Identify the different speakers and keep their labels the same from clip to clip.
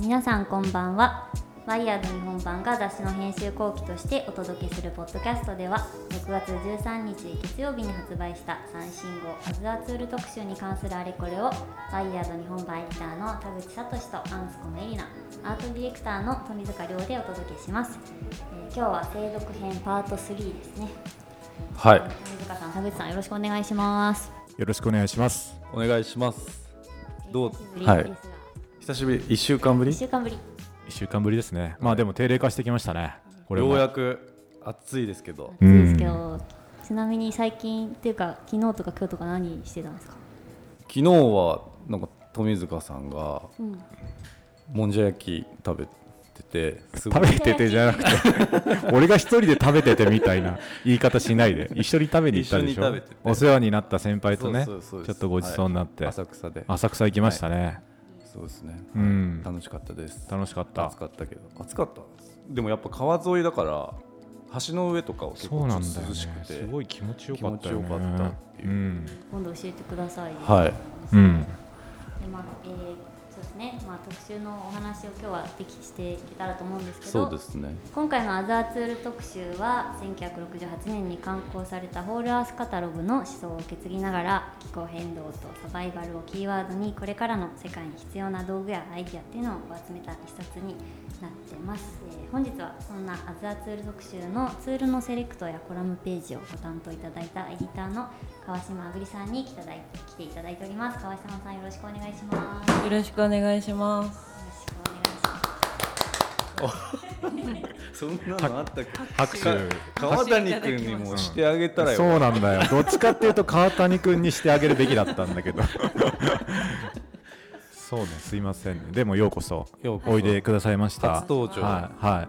Speaker 1: 皆さんこんばんはワイヤード日本版が雑誌の編集後期としてお届けするポッドキャストでは6月13日月曜日に発売した最新号アズアツール特集に関するあれこれをワイヤード日本版エディターの田口聡とアンスコのエリナアートディレクターの富塚亮でお届けします、えー今日は精読編パート3ですね
Speaker 2: はい、
Speaker 1: 富塚さん田口さんよろしくお願いします
Speaker 3: よろしくお願いします。
Speaker 2: お願いします。どう
Speaker 1: 久しぶりですが、
Speaker 2: はい久しぶり、一週間ぶり
Speaker 1: 1。週間ぶり
Speaker 3: 一週間ぶりですね。まあでも定例化してきましたね。これ
Speaker 2: よ
Speaker 3: も
Speaker 2: うやく暑いですけど、
Speaker 1: 暑いですけど、ちなみに最近っていうか昨日とか今日とか何してたんですか、
Speaker 2: 昨日はなんか富塚さんが
Speaker 1: うん、
Speaker 2: もんじゃ焼き食べてて、すご
Speaker 3: 食べ
Speaker 2: い
Speaker 3: ててじゃなくて、 俺が一人で食べててみたいな言い方しないで、一緒に食べに行ったでし
Speaker 2: 一緒に
Speaker 3: ょ
Speaker 2: 食べてて。
Speaker 3: お世話になった先輩とね、ち
Speaker 2: そ
Speaker 3: ょ
Speaker 2: うそうそうです
Speaker 3: っとご馳走になって、
Speaker 2: はい浅草で。
Speaker 3: 浅草行きましたね。
Speaker 2: そうですね。
Speaker 3: うん、
Speaker 2: 楽しかったです。
Speaker 3: 楽しかった
Speaker 2: 暑。かったけど、暑かったです。でもやっぱ川沿いだから橋の上とかを結
Speaker 3: そう
Speaker 2: 構ちょ
Speaker 3: な
Speaker 2: っ
Speaker 3: んだ
Speaker 2: と
Speaker 3: よ
Speaker 2: 涼
Speaker 3: ね。
Speaker 2: しくて、
Speaker 3: すごい気持ちよかった
Speaker 2: 気持ちよかった
Speaker 3: よ
Speaker 2: って
Speaker 3: ね。、
Speaker 2: いううん
Speaker 1: 今度教えてください
Speaker 2: はい
Speaker 3: うん、
Speaker 1: でまあえーそうですね、まあ、特集のお話を今日はできしていけたらと思うんですけど
Speaker 2: そうですね。
Speaker 1: 今回の「アザーツール特集は」1968年に刊行されたホールアースカタログの思想を受け継ぎながら気候変動とサバイバルをキーワードにこれからの世界に必要な道具やアイディアっていうのを集めた一冊になってます、えー本日はそんな「アザーツール特集」のツールのセレクトやコラムページをご担当いただいたエディターの川島あぐりさんに来ただい来ていただいております川島さんよろしくお願いしますよ
Speaker 4: よろしく
Speaker 1: ろしくお
Speaker 4: お願いします。
Speaker 1: 願いします
Speaker 2: そんなのあったっけ
Speaker 3: 拍
Speaker 2: か
Speaker 3: 手。
Speaker 2: 川谷君にもしてあげたらよ。
Speaker 3: そうなんだよ。どっちかっていうと川谷君にしてあげるべきだったん だけど。そうね、すいませんね、でもようこそ
Speaker 2: ようこそ
Speaker 3: おいでくださいました。
Speaker 2: 初登場
Speaker 3: はい、は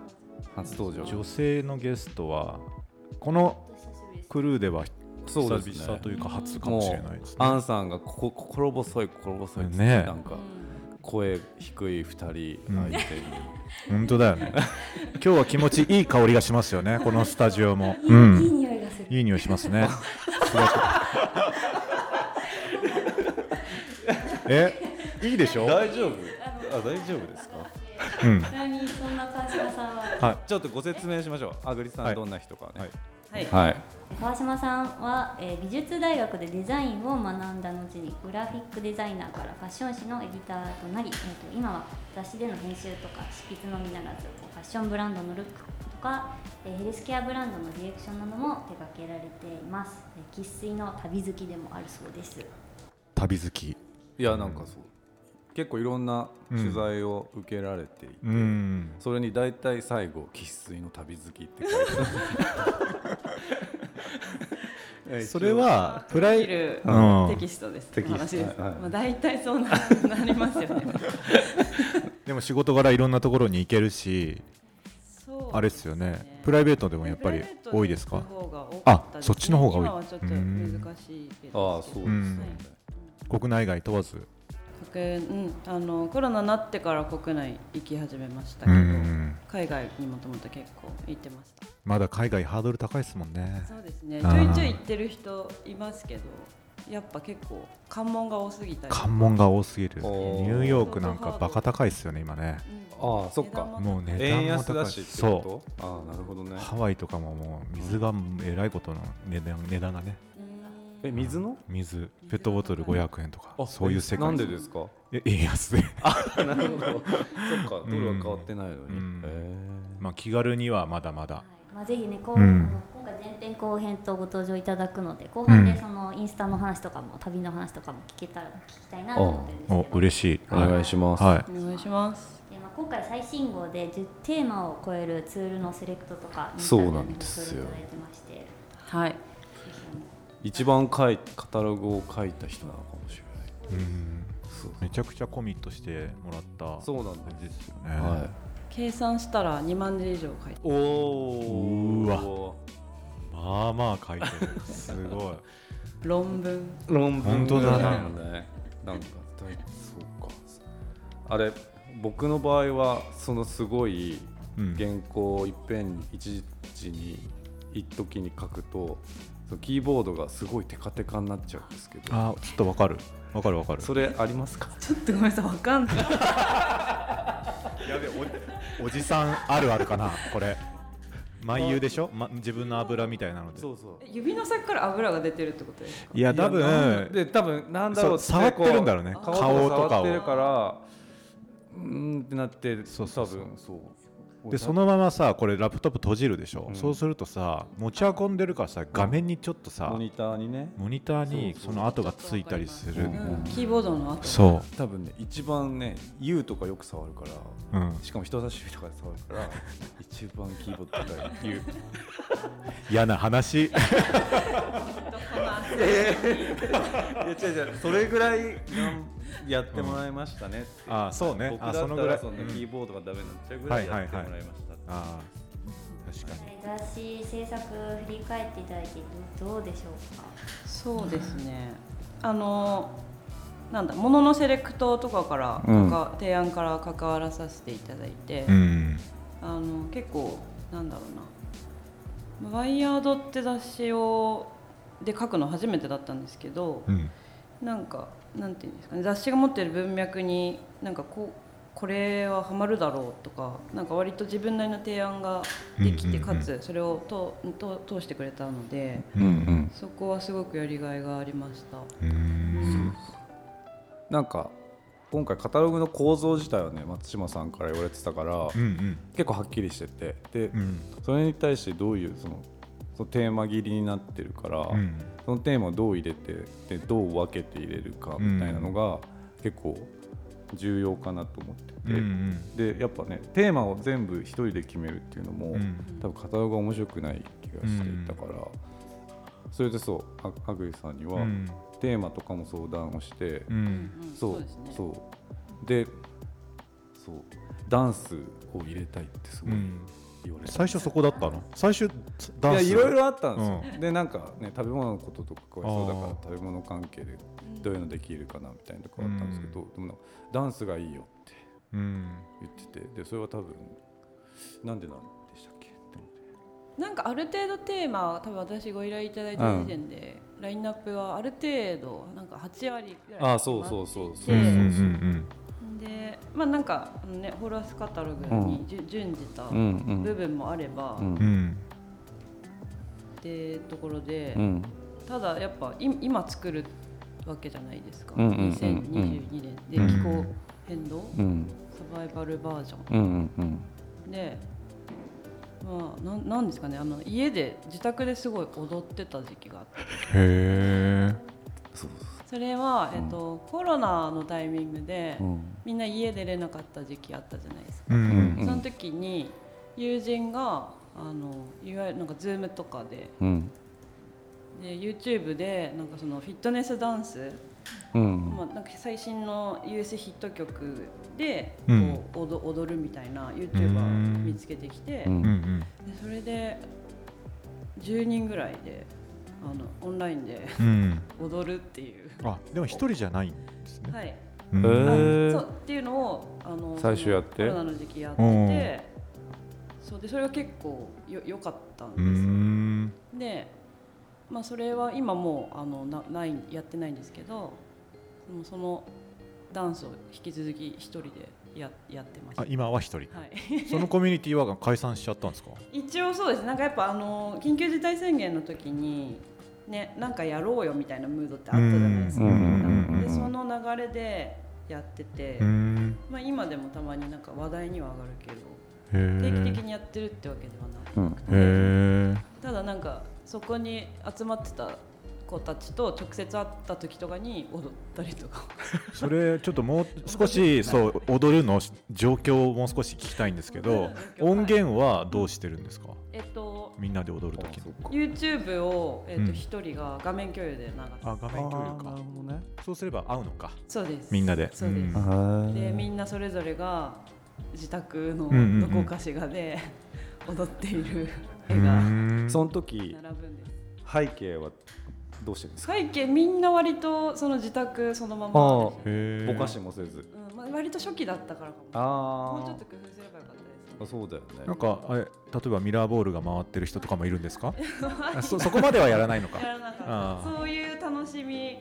Speaker 2: 初登場
Speaker 3: い。女性のゲストはこのクルーでは
Speaker 2: そう
Speaker 3: 久
Speaker 2: ですね
Speaker 3: 々というか初かもしれないです
Speaker 2: ア
Speaker 3: ね。
Speaker 2: ンさんがここ心細い心細いって、
Speaker 3: ねえ
Speaker 2: なんか声低い2人
Speaker 3: うん
Speaker 2: 相手に、
Speaker 3: 本当だよ ね。今日は気持ちいい香りがしますよね。このスタジオも。
Speaker 1: いい,、いい匂いがする
Speaker 3: いい匂いしま すね。すごくえ、いいでしょ。
Speaker 2: 大丈夫あ大丈夫ですか
Speaker 3: うん。
Speaker 1: ちなみにそんな川島さんは
Speaker 3: はい。
Speaker 2: ちょっとご説明しましょうあぐりさん、
Speaker 3: はい
Speaker 2: どんな人かね
Speaker 4: はい。
Speaker 2: はい、
Speaker 1: 川島さんは、えー美術大学でデザインを学んだ後にグラフィックデザイナーからファッション誌のエディターとなり、えー、と今は雑誌での編集とか執筆のみならずこうファッションブランドのルックとか、えーヘルスケアブランドのディレクションなども手掛けられています生粋、の旅好きでもあるそうです
Speaker 3: 旅好き。
Speaker 2: いやなんかそう結構いろんな取材を受けられていて、
Speaker 3: うん。
Speaker 2: それに大体最後「生粋の旅好き」って書いてある
Speaker 3: それはプラ
Speaker 4: 切
Speaker 3: イ
Speaker 4: る
Speaker 3: うん
Speaker 4: テキストです。
Speaker 2: テキスト
Speaker 4: お話です。
Speaker 2: はいはい
Speaker 4: まあ大体そうな なりますよね。
Speaker 3: でも仕事柄いろんなところに行けるし、
Speaker 4: そう
Speaker 3: あれですよね。プライベートでもやっぱり多いですか
Speaker 4: プライベートに行。く方が多かたです
Speaker 3: あそ
Speaker 4: ね
Speaker 3: っちの方が多い
Speaker 4: 今はちょっと難しいけど。
Speaker 2: ああそうですね、
Speaker 3: うん国内外問わず。
Speaker 4: 国うんあのコロナになってから国内行き始めましたけ
Speaker 3: う
Speaker 4: ど、
Speaker 3: ん。
Speaker 4: 海外にもともと結構行ってました。
Speaker 3: まだ海外ハードル高いですもんね。
Speaker 4: そうですね。ち
Speaker 3: あー
Speaker 4: ょいちょい行ってる人いますけど、やっぱ結構関門が多すぎたり。
Speaker 3: 関門が多すぎる。ニ
Speaker 2: おー
Speaker 3: ューヨークなんかバカ高いですよね今ね。
Speaker 4: うん
Speaker 2: ああそっか
Speaker 4: 値段
Speaker 3: もう値
Speaker 2: 円
Speaker 3: 段も
Speaker 2: 安
Speaker 3: 高
Speaker 2: だ
Speaker 3: い
Speaker 2: しって
Speaker 3: そ
Speaker 2: ことああなるほどね
Speaker 3: う。ハワイとかももう水がえらいことの値段値段がね。
Speaker 4: うん
Speaker 2: え水の
Speaker 3: 水ペットボトル500円とかそういう世界。
Speaker 2: なんでです か
Speaker 3: え円安で。
Speaker 2: なるほど。そっか、ドルは変わってないのに。
Speaker 3: うん
Speaker 2: へ
Speaker 3: まあ気軽にはまだまだ。
Speaker 1: まあ、ぜひねこう、
Speaker 3: うん
Speaker 1: あの今回前編後編とご登場いただくので後半
Speaker 3: う
Speaker 1: で
Speaker 3: ん
Speaker 1: そのインスタの話とかも旅の話とかも聞けたら聞きたいなと思ってるんですけど
Speaker 3: お嬉しい。
Speaker 2: ーお願いします。
Speaker 3: はい。
Speaker 4: お願いします。
Speaker 1: でまあ、今回最新号で10テーマを超えるツールのセレクトとか
Speaker 2: そうなんですよ
Speaker 1: インタビューにもご登場いただいて
Speaker 4: はい。
Speaker 1: まして
Speaker 2: 一番書いカタログを書いた人なのかもしれない。
Speaker 3: うん
Speaker 2: そう
Speaker 3: めちゃくちゃコミットしてもらった
Speaker 2: そうなん
Speaker 3: 感
Speaker 2: で
Speaker 3: じですよ
Speaker 2: す。
Speaker 3: ね。
Speaker 2: は
Speaker 4: 計算したら2万字以上書いて
Speaker 2: い。おお。
Speaker 3: うまあまあ書いて る。すごい。
Speaker 4: 論文
Speaker 2: 論文
Speaker 3: 本当だな
Speaker 2: ね。なんか大そうか。あれ僕の場合はそのすごい
Speaker 3: うん
Speaker 2: 原稿をいっぺんに一時に一時に書くと。そのキーボードがすごいテカテカになっちゃうんですけど、
Speaker 3: あちょっとわかる。わかるわかる。
Speaker 2: それありますか？
Speaker 4: ちょっとごめんなさいわかんない
Speaker 3: やべおおじさんあるあるかなこれ眉油でしょ、ま、自分の油みたいなので
Speaker 2: そうそう
Speaker 4: え指の先から油が出てるってことですか
Speaker 3: いや多
Speaker 2: いやなん
Speaker 3: 分
Speaker 2: で多分なんだろう
Speaker 3: そう触ってるんだろうね
Speaker 2: こう
Speaker 3: 顔
Speaker 2: 顔
Speaker 3: とか
Speaker 2: と
Speaker 3: を
Speaker 2: か触ってるからうーんってなって
Speaker 3: そうそうそう
Speaker 2: 多分そう
Speaker 3: でそのままさこれラップトップ閉じるでしょ、
Speaker 2: うん
Speaker 3: そうするとさ持ち運んでるからさ画面にちょっとさ、
Speaker 2: モニターにね
Speaker 3: モニターに
Speaker 2: そうそう
Speaker 3: その跡がついたりする
Speaker 2: うん
Speaker 4: うんキーボードの後
Speaker 3: そ
Speaker 2: 多分ね一番ね U とかよく触るから
Speaker 3: う、うん、
Speaker 2: しかも人差し指とかで触るから一番キーボードが言う
Speaker 3: 嫌な話
Speaker 2: いや違う違うそれぐらいやってもらいましたねって、
Speaker 3: ああそうね
Speaker 2: 僕だ
Speaker 3: あ
Speaker 2: った
Speaker 3: そのぐら
Speaker 2: ら
Speaker 3: い
Speaker 2: そんなキーボードがダメになっちゃうぐ
Speaker 3: は
Speaker 2: ら
Speaker 3: い
Speaker 2: い
Speaker 3: はい
Speaker 2: や
Speaker 3: はい
Speaker 2: ってもらいました、
Speaker 3: ああ確かに
Speaker 1: 雑誌制作振り返っていただいてどどうでしょうか
Speaker 4: そうですねあのなんだもののセレクトとかから
Speaker 2: うん
Speaker 4: かか提案から関わらさせていただいて、
Speaker 3: うん
Speaker 4: あの結構なんだろうな「ワイヤード」って雑誌をで書くの初めてだったんですけど、
Speaker 3: うん
Speaker 4: なんかなんていうんですかね雑誌が持ってる文脈になんかこうこれはハマるだろうとかなんか割と自分なりの提案ができ
Speaker 3: うんうんう
Speaker 4: て、
Speaker 3: ん
Speaker 4: かつそれをとと通してくれたので
Speaker 3: うんうん
Speaker 4: そこはすごくやりがいがありました。
Speaker 3: うん
Speaker 2: なんか今回カタログの構造自体はね松島さんから言われてたから、
Speaker 3: うん
Speaker 2: 結構はっきりしててで、
Speaker 3: うん
Speaker 2: それに対してどういうそのそのテーマ切りになってるから、
Speaker 3: うん
Speaker 2: そのテーマをどう入れてでどう分けて入れるかみたいなのが結構重要かなと思って
Speaker 3: うんう
Speaker 2: て、
Speaker 3: ん
Speaker 2: でやっぱねテーマを全部一人で決めるっていうのも、
Speaker 3: うん
Speaker 2: 多分カタログは面白くない気がしていたから、それでそうあハグリさんには、
Speaker 3: うん
Speaker 2: テーマとかも相談をして、
Speaker 3: うん
Speaker 4: ん
Speaker 2: そう
Speaker 4: ですね
Speaker 2: そうでそうダンスを入れたいってすご
Speaker 3: う
Speaker 2: い
Speaker 3: ん
Speaker 2: 言われて、
Speaker 3: 最初そこだったの最初ダ
Speaker 2: い
Speaker 3: ン
Speaker 2: や
Speaker 3: ス
Speaker 2: いろいろあったんですよ、でなんかね食べ物のこととか詳しそうだか
Speaker 3: あ
Speaker 2: ら
Speaker 3: ー
Speaker 2: 食べ物関係でどういうのできるかなみたいなとこあったんですけど、でもなんかダンスがいいよって
Speaker 3: うん
Speaker 2: 言っててでそれは多分なんでなんでしたっけって思って
Speaker 4: なんかある程度テーマは多分私ご依頼いただいた時点で、ラインナップはある程度なんか8割ぐらい
Speaker 2: あーそうそうそうそう
Speaker 4: 決
Speaker 2: そ
Speaker 3: うんう
Speaker 2: うん
Speaker 4: まってい
Speaker 3: ん
Speaker 4: て
Speaker 3: うん
Speaker 4: でまあなんかあのねホラースカタログにじゅ準じた
Speaker 2: うん
Speaker 4: 部分もあれば、
Speaker 2: うん
Speaker 3: うんうん
Speaker 4: ってところで、
Speaker 2: うん
Speaker 4: ただやっぱい今作るわけじゃないですか、
Speaker 2: うんうんうんうん
Speaker 4: 2022
Speaker 3: う
Speaker 4: 年
Speaker 3: ん
Speaker 4: で気候変動、
Speaker 2: うん
Speaker 4: サバイバルバージョ
Speaker 2: うんうんうん
Speaker 4: ンで。まあ、なんなんですかねあの家で自宅ですごい踊ってた時期があって
Speaker 3: へえ
Speaker 2: そう
Speaker 4: それは、えっとコロナのタイミングで、
Speaker 2: そう
Speaker 4: みんな家出れなかった時期あったじゃないですか、
Speaker 3: うん
Speaker 4: その時に友人があのいわゆるなんか Zoom とかで
Speaker 2: うん
Speaker 4: で YouTube でなんかそのフィットネスダンス、
Speaker 2: うん
Speaker 4: まあ、なんか最新の US ヒット曲で
Speaker 3: うん
Speaker 4: こう踊踊るみたいな YouTuber 見つけてきて、
Speaker 2: う
Speaker 3: うんんうん
Speaker 4: でそれで10人ぐらいであのオンラインで
Speaker 3: うん
Speaker 4: 踊るっていう。
Speaker 3: あでも一人じゃないんですね
Speaker 4: はい、
Speaker 3: うん
Speaker 2: へーえ
Speaker 4: そうっていうのをあの
Speaker 2: 最初やって
Speaker 4: コロナの時期やって
Speaker 3: うん
Speaker 4: てそうでそれが結構よ良かったん
Speaker 3: う
Speaker 4: で
Speaker 3: ー
Speaker 4: すよ
Speaker 3: ん
Speaker 4: で、まあ、それは今もうあのなないやってないんですけどでもそのダンスを引き続き一人でややってます、
Speaker 3: あ
Speaker 4: はい、
Speaker 3: 今は一人そのコミュニティは解散しちゃったんですか
Speaker 4: 一応そうですねなんかやっぱあの緊急事態宣言の時にねなんかやろうよみたいなムードってあったじゃないですか
Speaker 2: うんうんうんうん
Speaker 4: でその流れでやってて、
Speaker 3: ん
Speaker 4: まあ、今でもたまになんか話題には上がるけど
Speaker 3: へー
Speaker 4: 定期的にやってるってわけではない
Speaker 2: うん
Speaker 3: へ
Speaker 4: ただなんかそこに集まってた子たちと直接会った時とかに踊ったりとか
Speaker 3: ーそれちょっともう少しそう踊るの状況をもう少し聞きたいんですけど音源はどうしてるんですか
Speaker 4: えっと
Speaker 3: みんなで踊るとき
Speaker 2: あそっか
Speaker 4: YouTube をえっ
Speaker 3: う
Speaker 4: と
Speaker 3: ん
Speaker 4: 一人が画面共有で流す、
Speaker 3: あ画面共有
Speaker 2: あーな
Speaker 3: か
Speaker 2: るほどね
Speaker 3: そうすれば合うのか
Speaker 4: そうです
Speaker 3: みんなで
Speaker 4: そうです、
Speaker 3: うん
Speaker 4: でみんなそれぞれが自宅の
Speaker 3: うんうんう
Speaker 4: ど
Speaker 3: ん
Speaker 4: こかしらで 踊っている
Speaker 3: う
Speaker 4: 絵が
Speaker 3: ーん
Speaker 2: その時
Speaker 4: 並ぶんです
Speaker 2: 背景はどうしてるんですか
Speaker 4: 背景みんな割とその自宅そのま
Speaker 2: あ
Speaker 4: ま
Speaker 2: ー
Speaker 3: へー
Speaker 2: ぼかしもせず
Speaker 4: うんまあ、割と初期だったからかもしれな
Speaker 2: あ
Speaker 4: いもう
Speaker 2: あ
Speaker 4: ちょっと工夫すればよかったですね
Speaker 2: あそうだよ
Speaker 3: な
Speaker 2: ね
Speaker 3: んかあれ例えばミラーボールが回ってる人とかもいるんですかあそそこまではやらないのか
Speaker 4: やらなか
Speaker 3: あ
Speaker 4: っ
Speaker 3: ー
Speaker 4: たそういう楽しみ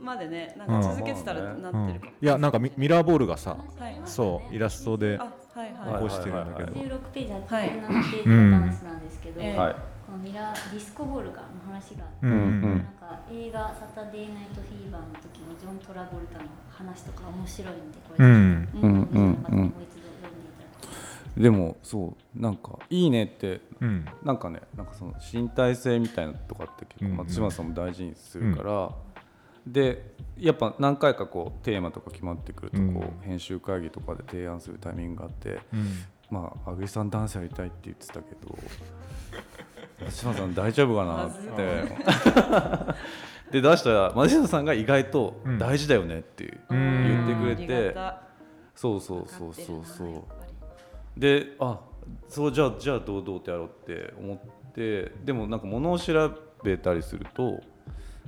Speaker 4: までねなんか続けてたら
Speaker 2: うん
Speaker 4: な
Speaker 3: う
Speaker 4: って
Speaker 3: ん
Speaker 4: る
Speaker 3: い
Speaker 4: かも、
Speaker 3: やなんかミミラーボールがさ
Speaker 4: はい
Speaker 3: そうイラストで
Speaker 4: あはいはい
Speaker 3: 起こしてるんだけど、
Speaker 1: 16ページ、
Speaker 4: は
Speaker 1: 87
Speaker 4: い
Speaker 1: ページのダンスなんですけど、
Speaker 4: うんええ
Speaker 2: はい
Speaker 1: このミラーディスコボールがの話があって、
Speaker 3: うん
Speaker 2: う
Speaker 1: なん
Speaker 2: ん
Speaker 1: か映画「サタデーナイトフィーバー」の時のジョン・トラボルタの話とか面白いんでこれ、
Speaker 3: うん
Speaker 1: うんもう一度読んでいただき
Speaker 2: でもそうなんか「いいね」って
Speaker 3: うん
Speaker 2: なんかねなんかその身体性みたいなのとかって結
Speaker 3: うんう
Speaker 2: 構
Speaker 3: ん
Speaker 2: 松島さんも大事にするから、でやっぱ何回かこうテーマとか決まってくるとこう、
Speaker 3: うん
Speaker 2: 編集会議とかで提案するタイミングがあって
Speaker 3: うん
Speaker 2: まあ「あぐりさんダンスやりたい」って言ってたけど松島さん大丈夫かなって
Speaker 4: ま
Speaker 2: で出したら松島さんが意外と
Speaker 3: うん
Speaker 2: 大事だよねっていう、
Speaker 3: うん
Speaker 2: 言ってくれて
Speaker 4: ありがた
Speaker 2: そうそうそうそうそ
Speaker 4: やっ
Speaker 2: う
Speaker 4: ぱり
Speaker 2: であそうじゃあじゃあ堂々とやろうって思ってでもなんか物を調べたりすると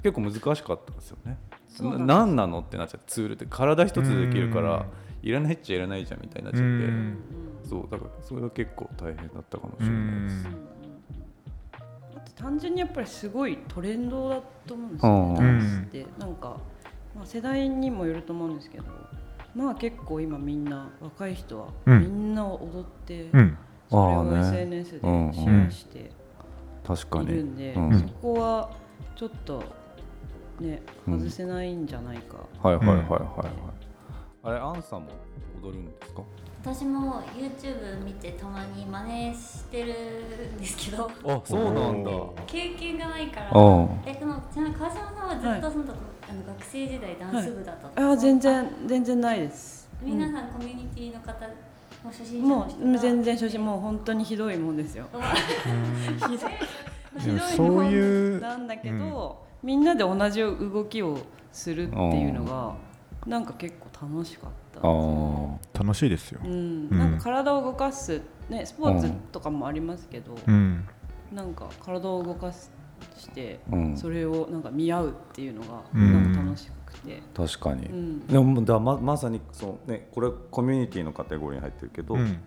Speaker 2: 結構難しかったんですよね。
Speaker 4: そうなんです
Speaker 2: な何なのってなっちゃうツールって体一つでできるか
Speaker 3: うん
Speaker 2: らいらないっちゃいらないじゃんみたいになっち
Speaker 3: う
Speaker 2: ゃ
Speaker 4: うん
Speaker 2: って
Speaker 4: ん
Speaker 3: ん
Speaker 2: そうだからそれは結構大変だったかもしれないです。
Speaker 4: うんうんうんあと単純にやっぱりすごいトレンドだと思うんです
Speaker 2: うん
Speaker 4: よねダンスってなんか、まあ、世代にもよると思うんですけどまあ結構今みんな若い人は
Speaker 3: う
Speaker 4: み
Speaker 3: ん
Speaker 4: んな踊って、
Speaker 3: うん
Speaker 4: それ
Speaker 2: ああ
Speaker 4: を
Speaker 2: ね
Speaker 4: SNS で
Speaker 2: うんうん
Speaker 4: シェアして
Speaker 2: 確か
Speaker 4: い
Speaker 2: に、
Speaker 4: るんで、
Speaker 2: うん
Speaker 4: そこはちょっとね
Speaker 2: うん
Speaker 4: 外せないんじゃないか、
Speaker 2: はいはいはいはいはい。あれアンさんも踊るんですか？
Speaker 1: 私も YouTube 見てたまに真似してるんですけど
Speaker 2: あ
Speaker 3: そうなんだ
Speaker 1: 経験がないから
Speaker 2: うん
Speaker 1: えでもちなみに川島さんはずっとその、あの学生時代ダンス部だったと
Speaker 4: ああ全然全然ないです
Speaker 1: 皆さんコミュニティの方も初心者の
Speaker 4: も
Speaker 1: 人
Speaker 4: ううん全然初心もう本当にひどいもんですよひどいひどいもん
Speaker 3: そういう
Speaker 4: なんだけど、みんなで同じ動きをするっていうのがなんか結構楽しかった
Speaker 2: あー
Speaker 3: 楽しいですよ
Speaker 4: う、ん、なんか体を動かす、ね、スポーツとかもありますけど、
Speaker 3: うん、
Speaker 4: なんか体を動かすして、
Speaker 2: うん
Speaker 4: それをなんか見合うっていうのが
Speaker 3: うん
Speaker 4: なんか楽しくて、
Speaker 2: 確かに。
Speaker 4: うん
Speaker 2: でもだままさにそう、ね、これコミュニティのカテゴリーに入ってるけど、
Speaker 3: う
Speaker 2: っ
Speaker 3: ん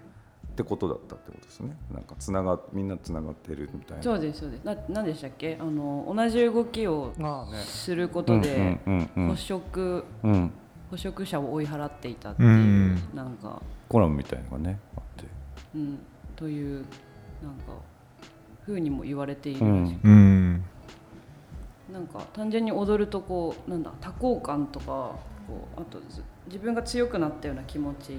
Speaker 2: てことだったってことですねなんかつながみんなつながってるみたいな
Speaker 4: そうですそうですななんでしたっけあの同じ動きを
Speaker 2: まあね
Speaker 4: することで、
Speaker 2: うんうんうん
Speaker 4: 捕食
Speaker 2: うん、うん、
Speaker 4: 捕食者を追い払っていたっていう、
Speaker 3: うん
Speaker 4: なんか、
Speaker 2: コラムみたいなのがねあって
Speaker 4: うん、というなんか風にも言われている
Speaker 2: う
Speaker 4: らしく
Speaker 2: ん
Speaker 3: うん
Speaker 4: なんか単純に踊るとこうなんだ多幸感とかこうあとず自分が強くなったような気持ちに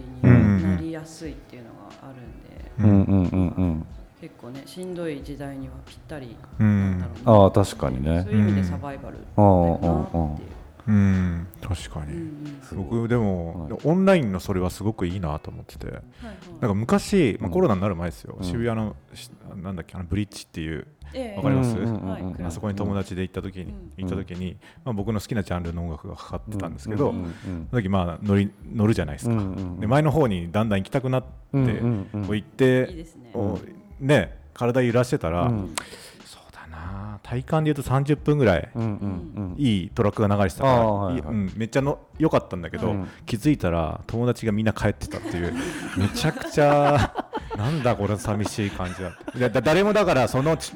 Speaker 4: なりやすいっていうのがあるんで、
Speaker 2: うんうんうんうん
Speaker 4: 結構ねしんどい時代にはぴったり
Speaker 3: う
Speaker 4: なんだ
Speaker 3: ん
Speaker 4: ろうな、
Speaker 2: ああ確かにね
Speaker 4: そういう意味でサバイバルだ
Speaker 2: ああ
Speaker 4: よな
Speaker 2: ああ
Speaker 4: っていう。
Speaker 3: うん確かに、
Speaker 4: うん
Speaker 2: すごい
Speaker 3: 僕でも、
Speaker 2: はい
Speaker 3: オンラインのそれはすごくいいなと思ってて
Speaker 4: うんはい
Speaker 3: なん
Speaker 4: はい
Speaker 3: か昔、まあ、
Speaker 2: うん
Speaker 3: コロナになる前ですよ、
Speaker 2: うん
Speaker 3: 渋谷のしなんだっけあのブリッジっていう
Speaker 4: ええ
Speaker 3: わかります
Speaker 2: うんうんうん
Speaker 4: はい
Speaker 2: うん
Speaker 4: うん
Speaker 3: あそこに友達で行った時に、
Speaker 4: うん
Speaker 3: 行った時に、まあ、僕の好きなジャンルの音楽がかかってたんですけど、
Speaker 2: うんうん
Speaker 3: その時まあ乗り乗るじゃないです
Speaker 2: う
Speaker 3: か、
Speaker 2: んうん
Speaker 3: で前の方にだんだん行きたくなって、
Speaker 2: うんうんうん
Speaker 3: こう行っ
Speaker 4: いい
Speaker 3: て
Speaker 4: ですね。
Speaker 3: こうね体揺らしてたら、
Speaker 2: うん
Speaker 3: そうだな体感で言うと30分ぐらい、
Speaker 2: うんうんうん
Speaker 3: いいトラックが流れてたから、
Speaker 2: あーはいはい
Speaker 3: いうん、めっちゃの良かったんだけど、
Speaker 2: うん
Speaker 3: 気づいたら友達がみんな帰ってたっていう めちゃくちゃなんだこれ寂しい感じだったいやだ誰もだからそのち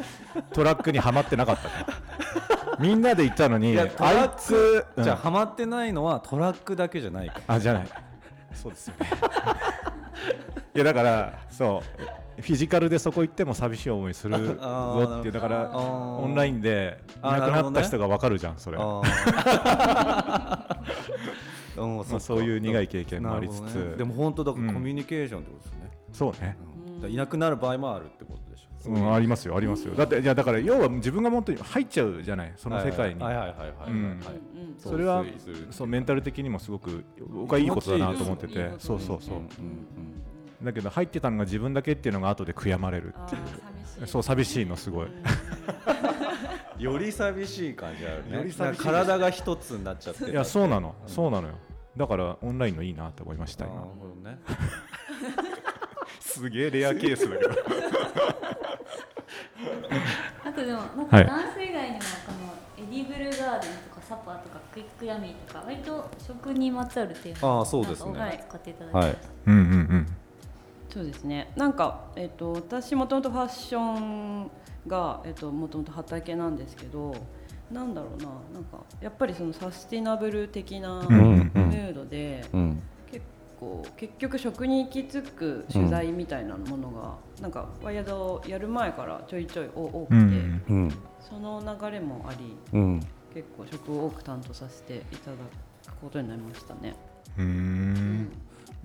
Speaker 3: トラックにはまってなかったからみんなで行ったの
Speaker 2: い
Speaker 3: に
Speaker 2: やトラ
Speaker 3: あい
Speaker 2: ッ
Speaker 3: つ
Speaker 2: ク、
Speaker 3: うん
Speaker 2: じゃあハマってないのはトラックだけじゃないか
Speaker 3: あじゃないそうですよねいやだからそうフィジカルでそこ行っても寂しい思いする
Speaker 2: あ
Speaker 3: ぞ
Speaker 2: ー
Speaker 3: っていうだから
Speaker 2: あー
Speaker 3: オンラインでい
Speaker 2: あー
Speaker 3: なく
Speaker 2: なるほ
Speaker 3: なっ
Speaker 2: ど
Speaker 3: た
Speaker 2: ね
Speaker 3: 人がわかるじゃんそれ
Speaker 2: ああうん
Speaker 3: ま
Speaker 2: っ
Speaker 3: あ
Speaker 2: か
Speaker 3: そういう苦い経験もありつつ
Speaker 2: なるほどねでも本当だからコミュニケーションってことですよね、
Speaker 3: そうね
Speaker 2: うんだからいなくなる場合もあるってことでしょ
Speaker 3: うん、ありますよありますよだっていやだから要は自分が本当に入っちゃうじゃないそ
Speaker 2: そ
Speaker 3: の世界に、
Speaker 2: はいはいはいはいはいはいはい
Speaker 4: うんうん
Speaker 3: それは
Speaker 2: そうするする
Speaker 3: そうメンタル的にもすごく僕はいいことだなと思ってて
Speaker 4: いいこと
Speaker 3: そうそうそう、
Speaker 2: うんうん
Speaker 3: だけど入ってたのが自分だけっていうのが後で悔やまれる
Speaker 4: ああ寂しい。
Speaker 3: そう寂しいのすごい
Speaker 4: うん
Speaker 2: うんより寂しい感じあるね
Speaker 3: より寂しい
Speaker 2: なんか体が一つになっちゃって
Speaker 3: いやそうなのそうなのよだからオンラインのいいなって思いました
Speaker 2: なる
Speaker 3: 今
Speaker 2: ほどね
Speaker 3: すげえレアケースだけど
Speaker 1: あとでもなん
Speaker 3: は
Speaker 1: か
Speaker 3: い
Speaker 1: ダンス以外にもこのエディブルガーデンとかサパーとかクイックヤミーとか割と食にまつわるテーマ
Speaker 2: ああそうです
Speaker 1: なん
Speaker 2: ね
Speaker 1: か多く使っていただきました
Speaker 3: うんうんうん
Speaker 4: そうですね。なんかえっ、と私もともとファッションがえっ、ともともと畑なんですけど、なんだろうな、なんかやっぱりそのサスティナブル的なム
Speaker 3: んうん
Speaker 4: ードで、
Speaker 2: うん
Speaker 4: 結こう結局食に行き着く取材みたいなものが、なんかワイヤードやる前からちょいちょい多く
Speaker 3: う
Speaker 4: て、
Speaker 3: ん
Speaker 2: うん
Speaker 4: その流れもあり
Speaker 2: うん
Speaker 4: 結構食を多く担当させていただくことになりましたね。
Speaker 3: うーん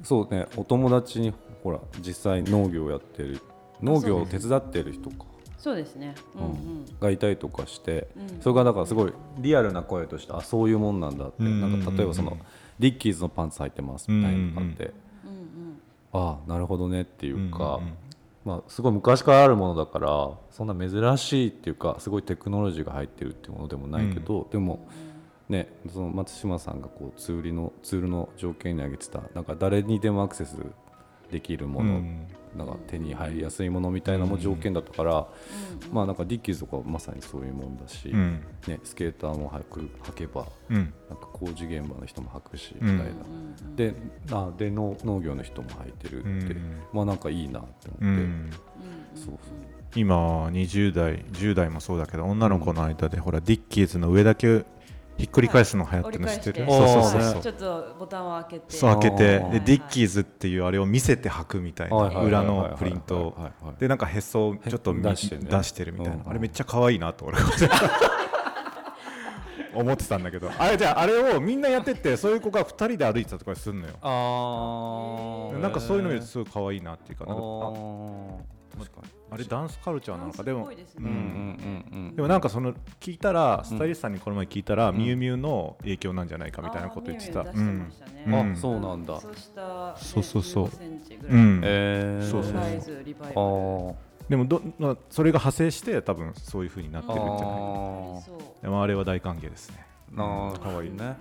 Speaker 2: そうねお友達にほら実際農業やってる農業を手伝ってる人か、
Speaker 4: そうですね、うん
Speaker 2: う
Speaker 4: うんん、
Speaker 2: がいたりとかして、
Speaker 4: うん
Speaker 2: それがだからすごいリアルな声としてあそういうもんなんだって、
Speaker 3: うん
Speaker 2: なんか例えばそのリッキーズのパンツ履いてますみたいなのがあって、
Speaker 4: うんうん
Speaker 2: ああなるほどねっていうか、
Speaker 3: うんうんうん
Speaker 2: まあ、すごい昔からあるものだからそんな珍しいっていうかすごいテクノロジーが入ってるっていうものでもないけど、でもねその松島さんがこうツールのツールの条件に挙げてたなんか誰にでもアクセスできるもの、
Speaker 3: うん
Speaker 2: なんか手に入りやすいものみたいなのも条件だったから、まあなんかディッキーズとかまさにそういうもんだし、
Speaker 3: うん
Speaker 2: ね、スケーターも履く履けば
Speaker 3: うん
Speaker 2: なんか工事現場の人も履くしみ
Speaker 3: うん
Speaker 2: たいな、であで農農業の人も履いてるって、
Speaker 3: うん
Speaker 2: まあなんかいいなって思って、
Speaker 3: うん
Speaker 2: そう
Speaker 3: 今20代10代もそうだけど女の子の間でほらディッキーズの上だけひっくり返すの流行ってるの知ってる、
Speaker 4: 折り
Speaker 2: 返して
Speaker 3: そう
Speaker 4: 返
Speaker 2: あ
Speaker 3: そう
Speaker 4: して
Speaker 3: そ
Speaker 2: ー
Speaker 3: う
Speaker 4: は
Speaker 3: そ
Speaker 4: いうちょっとボタンを開けて
Speaker 3: そう開けて
Speaker 2: あー
Speaker 3: でディッキーズっていうあれを見せて履くみたいな
Speaker 2: はいはいはい
Speaker 3: 裏のプリント
Speaker 2: はいはいはいは
Speaker 3: を
Speaker 2: い
Speaker 3: でなんかへそをちょっとみ
Speaker 2: 出
Speaker 3: 出
Speaker 2: してね
Speaker 3: してるみたい
Speaker 2: うん
Speaker 3: なあれめっちゃ可愛いなと俺 思ってたんだけどあれじゃああれをみんなやってってそういう子が2人で歩いてたとかするのよ
Speaker 2: あ
Speaker 3: なんかそういうのすごい可愛いなっていうかなんかあ
Speaker 2: 確かに
Speaker 3: あれダンスカルチャーなのかでも
Speaker 2: うんうんうんうん
Speaker 3: でもなんかその聞いたらスタイリストさんにこの前聞いたら、ミュウミュウの影響なんじゃないかみたいなこと言ってた。
Speaker 4: あー
Speaker 3: う
Speaker 4: ミュウミュウ
Speaker 3: ん
Speaker 4: 出してましたね
Speaker 3: うんうん
Speaker 2: あそうなんだ、
Speaker 4: そうした、ね、
Speaker 3: そうそうそう
Speaker 4: 15センチぐ
Speaker 3: う
Speaker 4: らいの
Speaker 3: ん
Speaker 2: えー、
Speaker 3: そうそう
Speaker 4: サイズリバイバル
Speaker 2: あー
Speaker 3: でもど、まあ、それが派生して多分そういう風になってるんじゃないかな
Speaker 2: あ
Speaker 4: そう
Speaker 3: でもあれは大歓迎ですね。
Speaker 2: あかわいいね、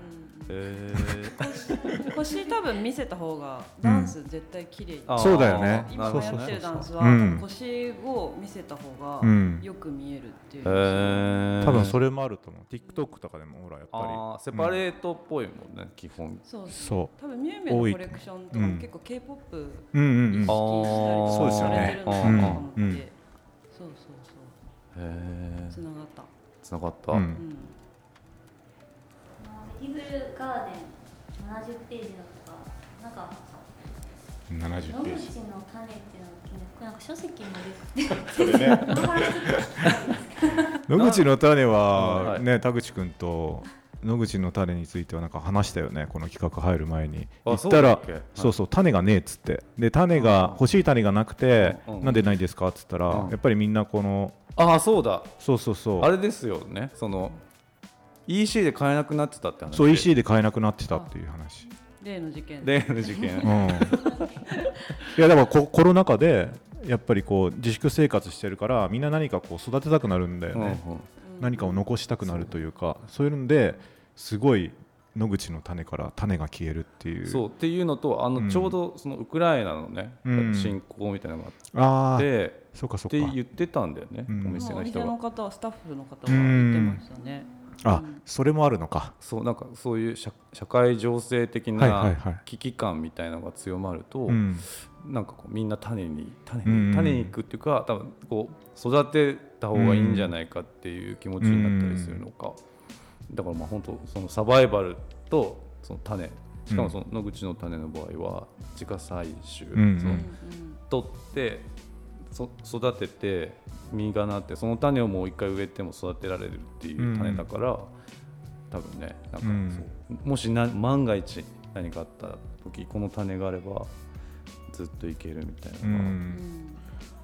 Speaker 2: えー、
Speaker 4: 腰多分見せた方がダンス絶対綺麗に、
Speaker 2: あー
Speaker 3: そうだよね
Speaker 2: な
Speaker 4: 今
Speaker 2: るほど
Speaker 4: 流
Speaker 2: ね
Speaker 4: 行ってるダンスは、
Speaker 3: うん
Speaker 4: 腰を見せた方
Speaker 3: う
Speaker 4: が
Speaker 3: ん
Speaker 4: よく見えるっていう、
Speaker 2: えー、
Speaker 3: 多分それもあると思う。TikTok とかでもほらやっ
Speaker 2: あ
Speaker 3: ぱ
Speaker 2: ー
Speaker 3: り。
Speaker 2: セパ
Speaker 3: ー
Speaker 2: レートっぽいもんね、基本
Speaker 4: そうそう
Speaker 3: そ
Speaker 4: 多分ミュウミュウのコレクションと
Speaker 3: う
Speaker 4: か
Speaker 3: ん
Speaker 4: も結構 K-POP
Speaker 3: う。うん
Speaker 4: 意
Speaker 3: うん
Speaker 4: 識
Speaker 3: う
Speaker 4: し
Speaker 3: ん
Speaker 4: たり。とかされてるのかなと思って、
Speaker 3: うんうん
Speaker 4: そうそう
Speaker 2: へ
Speaker 4: そ
Speaker 2: え
Speaker 4: うつながった、
Speaker 2: つながった、
Speaker 3: うん
Speaker 4: うん、
Speaker 1: イーグルガーデン70ページだとかなんか野
Speaker 3: 70
Speaker 1: 口
Speaker 3: ペ
Speaker 1: の
Speaker 3: ージ。
Speaker 1: 種っていうのを聞いて僕なんか書籍も出て
Speaker 3: それね。
Speaker 1: この話ちょっと
Speaker 3: 野口の種
Speaker 2: うんは
Speaker 3: はいね田口君と野口の種についてはなんか話したよねこの企画入る前に
Speaker 2: あ
Speaker 3: 言っ
Speaker 2: そ
Speaker 3: たら
Speaker 2: うだっけはい
Speaker 3: そうそう種がねえっつってで種が欲しい種がなくて
Speaker 2: うんうん
Speaker 3: なんでないですかっつったら
Speaker 2: うん
Speaker 3: やっぱりみんなこの
Speaker 2: ああそうだ
Speaker 3: そうそうそう
Speaker 2: あれですよねその EC で買えなくなってたって話
Speaker 3: そう EC で買えなくなってたっていう話
Speaker 4: 例の事件
Speaker 2: 例の事件
Speaker 3: うんいやでもこコロナ禍でやっぱりこう自粛生活してるからみんな何かこう育てたくなるんだよ
Speaker 2: うんう
Speaker 3: ね
Speaker 2: ん
Speaker 3: 何かを残したくなるというかそういうのですごい野口の種から種が消えるっていう
Speaker 2: そうっていうのとあ
Speaker 3: う
Speaker 2: の
Speaker 3: ん
Speaker 2: ちょうどそのウクライナのね、
Speaker 3: うん
Speaker 2: 侵攻みたいなのがあ
Speaker 3: ああ
Speaker 2: って
Speaker 3: そうかそ
Speaker 2: っ
Speaker 3: うか
Speaker 2: て言ってたんだよね、
Speaker 3: うん
Speaker 2: お店
Speaker 4: まあお
Speaker 2: の
Speaker 4: 店
Speaker 2: 人が
Speaker 4: の方はスタッフの方は言ってましたね。
Speaker 3: あそれもあるのか
Speaker 2: そうなんかそういう社社会情勢的
Speaker 3: はいはい
Speaker 2: な
Speaker 3: はい
Speaker 2: 危機感みたいなのが強まると、
Speaker 3: うん
Speaker 2: なんかこうみんな種に種
Speaker 3: うんうん
Speaker 2: に種に行くっていうか多分こう育てた方がいいんじゃないかっていう気持ちになったりするのかだからまあ本当そのサバイバルとその種しかもその野口の種の場合は自家採集、
Speaker 3: うん
Speaker 2: その
Speaker 3: うん
Speaker 2: 取ってそ育てて実がなってその種をもう一回植えても育てられるっていう種だから、多分ねなんかそう、もしな万が一何かあった時この種があればずっといけるみたいな
Speaker 3: う
Speaker 2: のが、
Speaker 3: ん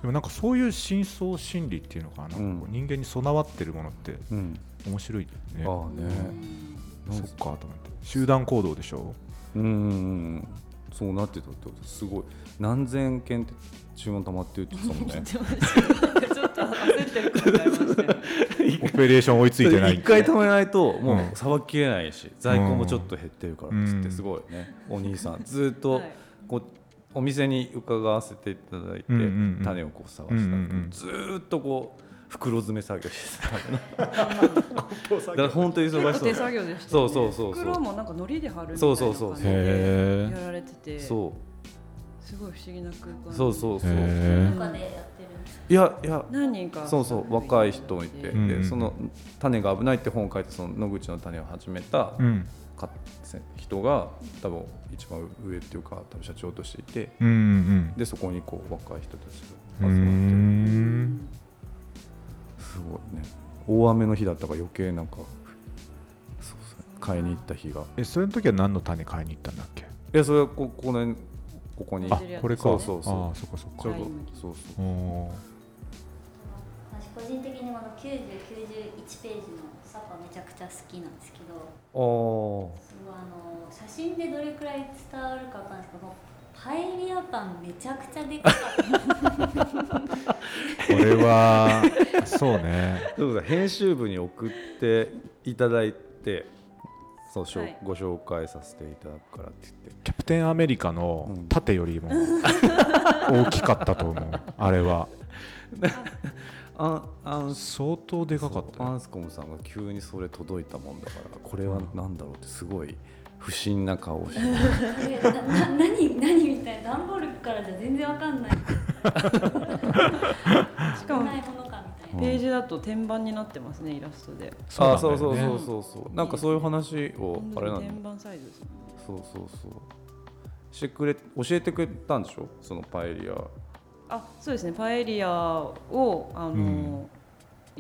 Speaker 3: でもなんかそういう深層心理っていうのかな
Speaker 2: うん
Speaker 3: なんかこう人間に備わってるものって
Speaker 2: うん
Speaker 3: 面白いね
Speaker 2: ああね
Speaker 3: そっかと思って集団行動でしょ
Speaker 2: うんうんうんそうなってたってことすごい何千件って注文溜まってるって言ってたもんね
Speaker 4: ちょっと焦ってる感がありましたよね。
Speaker 3: オペレーション追い ついてない
Speaker 2: 一回止めないとも
Speaker 3: うん
Speaker 2: うさばききれないし、在庫もちょっと減ってるからっつっ
Speaker 3: う
Speaker 2: て
Speaker 3: ん
Speaker 2: すごいね、お兄さんずっと
Speaker 4: はい
Speaker 2: こうお店に伺わせていただいて、
Speaker 3: うんうんうん
Speaker 2: 種をこう探
Speaker 3: うんう
Speaker 2: した、
Speaker 3: ん
Speaker 2: ずーっとこう袋詰め作業してただ から本当に忙し
Speaker 4: 結構
Speaker 2: そう
Speaker 4: 手作業でした、ね。
Speaker 2: そうそうそうそう
Speaker 4: 袋もなんか糊で貼るみたい
Speaker 2: そう
Speaker 4: な
Speaker 2: そう
Speaker 4: 感
Speaker 2: そう
Speaker 4: じで
Speaker 3: へ
Speaker 4: やられてて、すごい
Speaker 2: そ
Speaker 4: 不思議な空間。
Speaker 2: うそうそうそう
Speaker 3: え
Speaker 1: 中でやってるんです
Speaker 2: いやいや
Speaker 4: 何人か。
Speaker 2: そうそう若い人もいて、
Speaker 3: うん
Speaker 2: でその「種が危ない」って本を書いてその野口の種を始めた
Speaker 3: うん
Speaker 2: かせ人が多分一番上っていうか多分社長としていて
Speaker 3: うんうん
Speaker 2: でそこにこう若い人たち
Speaker 3: う
Speaker 2: が集まっ
Speaker 3: ー
Speaker 2: て
Speaker 3: ん
Speaker 2: すごいね大雨の日だったから余計なんかそうそう買いに行った日が
Speaker 3: えそれの時は何の種買いに行ったんだっけ
Speaker 2: えそれはここのここに
Speaker 3: あ
Speaker 4: ね
Speaker 3: これか
Speaker 2: そうそうそう
Speaker 3: あーそっかそっ
Speaker 2: ちょう
Speaker 3: か
Speaker 2: ど
Speaker 4: はい
Speaker 2: そうそう
Speaker 3: おー
Speaker 1: 私個人的にこの9091ページのサパめちゃくちゃ好きなんですけど
Speaker 2: あー
Speaker 1: そのあの写真でどれくらい伝わるかわかんないですけどもうパエリアパンめちゃくちゃでかかった
Speaker 3: これはそう ね
Speaker 2: そうだ編集部に送っていただいてそう、しょう
Speaker 4: はい
Speaker 2: ご紹介させていただくからって言って
Speaker 3: キャプテンアメリカ
Speaker 2: う
Speaker 3: の
Speaker 2: ん
Speaker 3: 盾よりも大きかったと思うあれは
Speaker 2: アンアン
Speaker 3: 相当でかかった
Speaker 2: ア
Speaker 3: よ
Speaker 2: ンスコムさんが急にそれ届いたもんだからこれは何だろうってすごい不審な顔をして
Speaker 1: えなな何何みたいな段ボールからじゃ全然わかんない
Speaker 4: しか
Speaker 1: どん
Speaker 4: も
Speaker 1: ないものかみたいな
Speaker 3: うん
Speaker 4: ページだと天板になってますねイラストで
Speaker 3: そうなんだ
Speaker 2: そ
Speaker 3: よ
Speaker 2: う
Speaker 3: ね
Speaker 2: そうそうそうそうなんかそういう話をあれなん
Speaker 4: 天
Speaker 2: だ
Speaker 4: 板サイズですね
Speaker 2: そうそうそうしてくれ教えてくれたんでしょそのパエリア
Speaker 4: あそうですねパエリアをあの、
Speaker 3: うん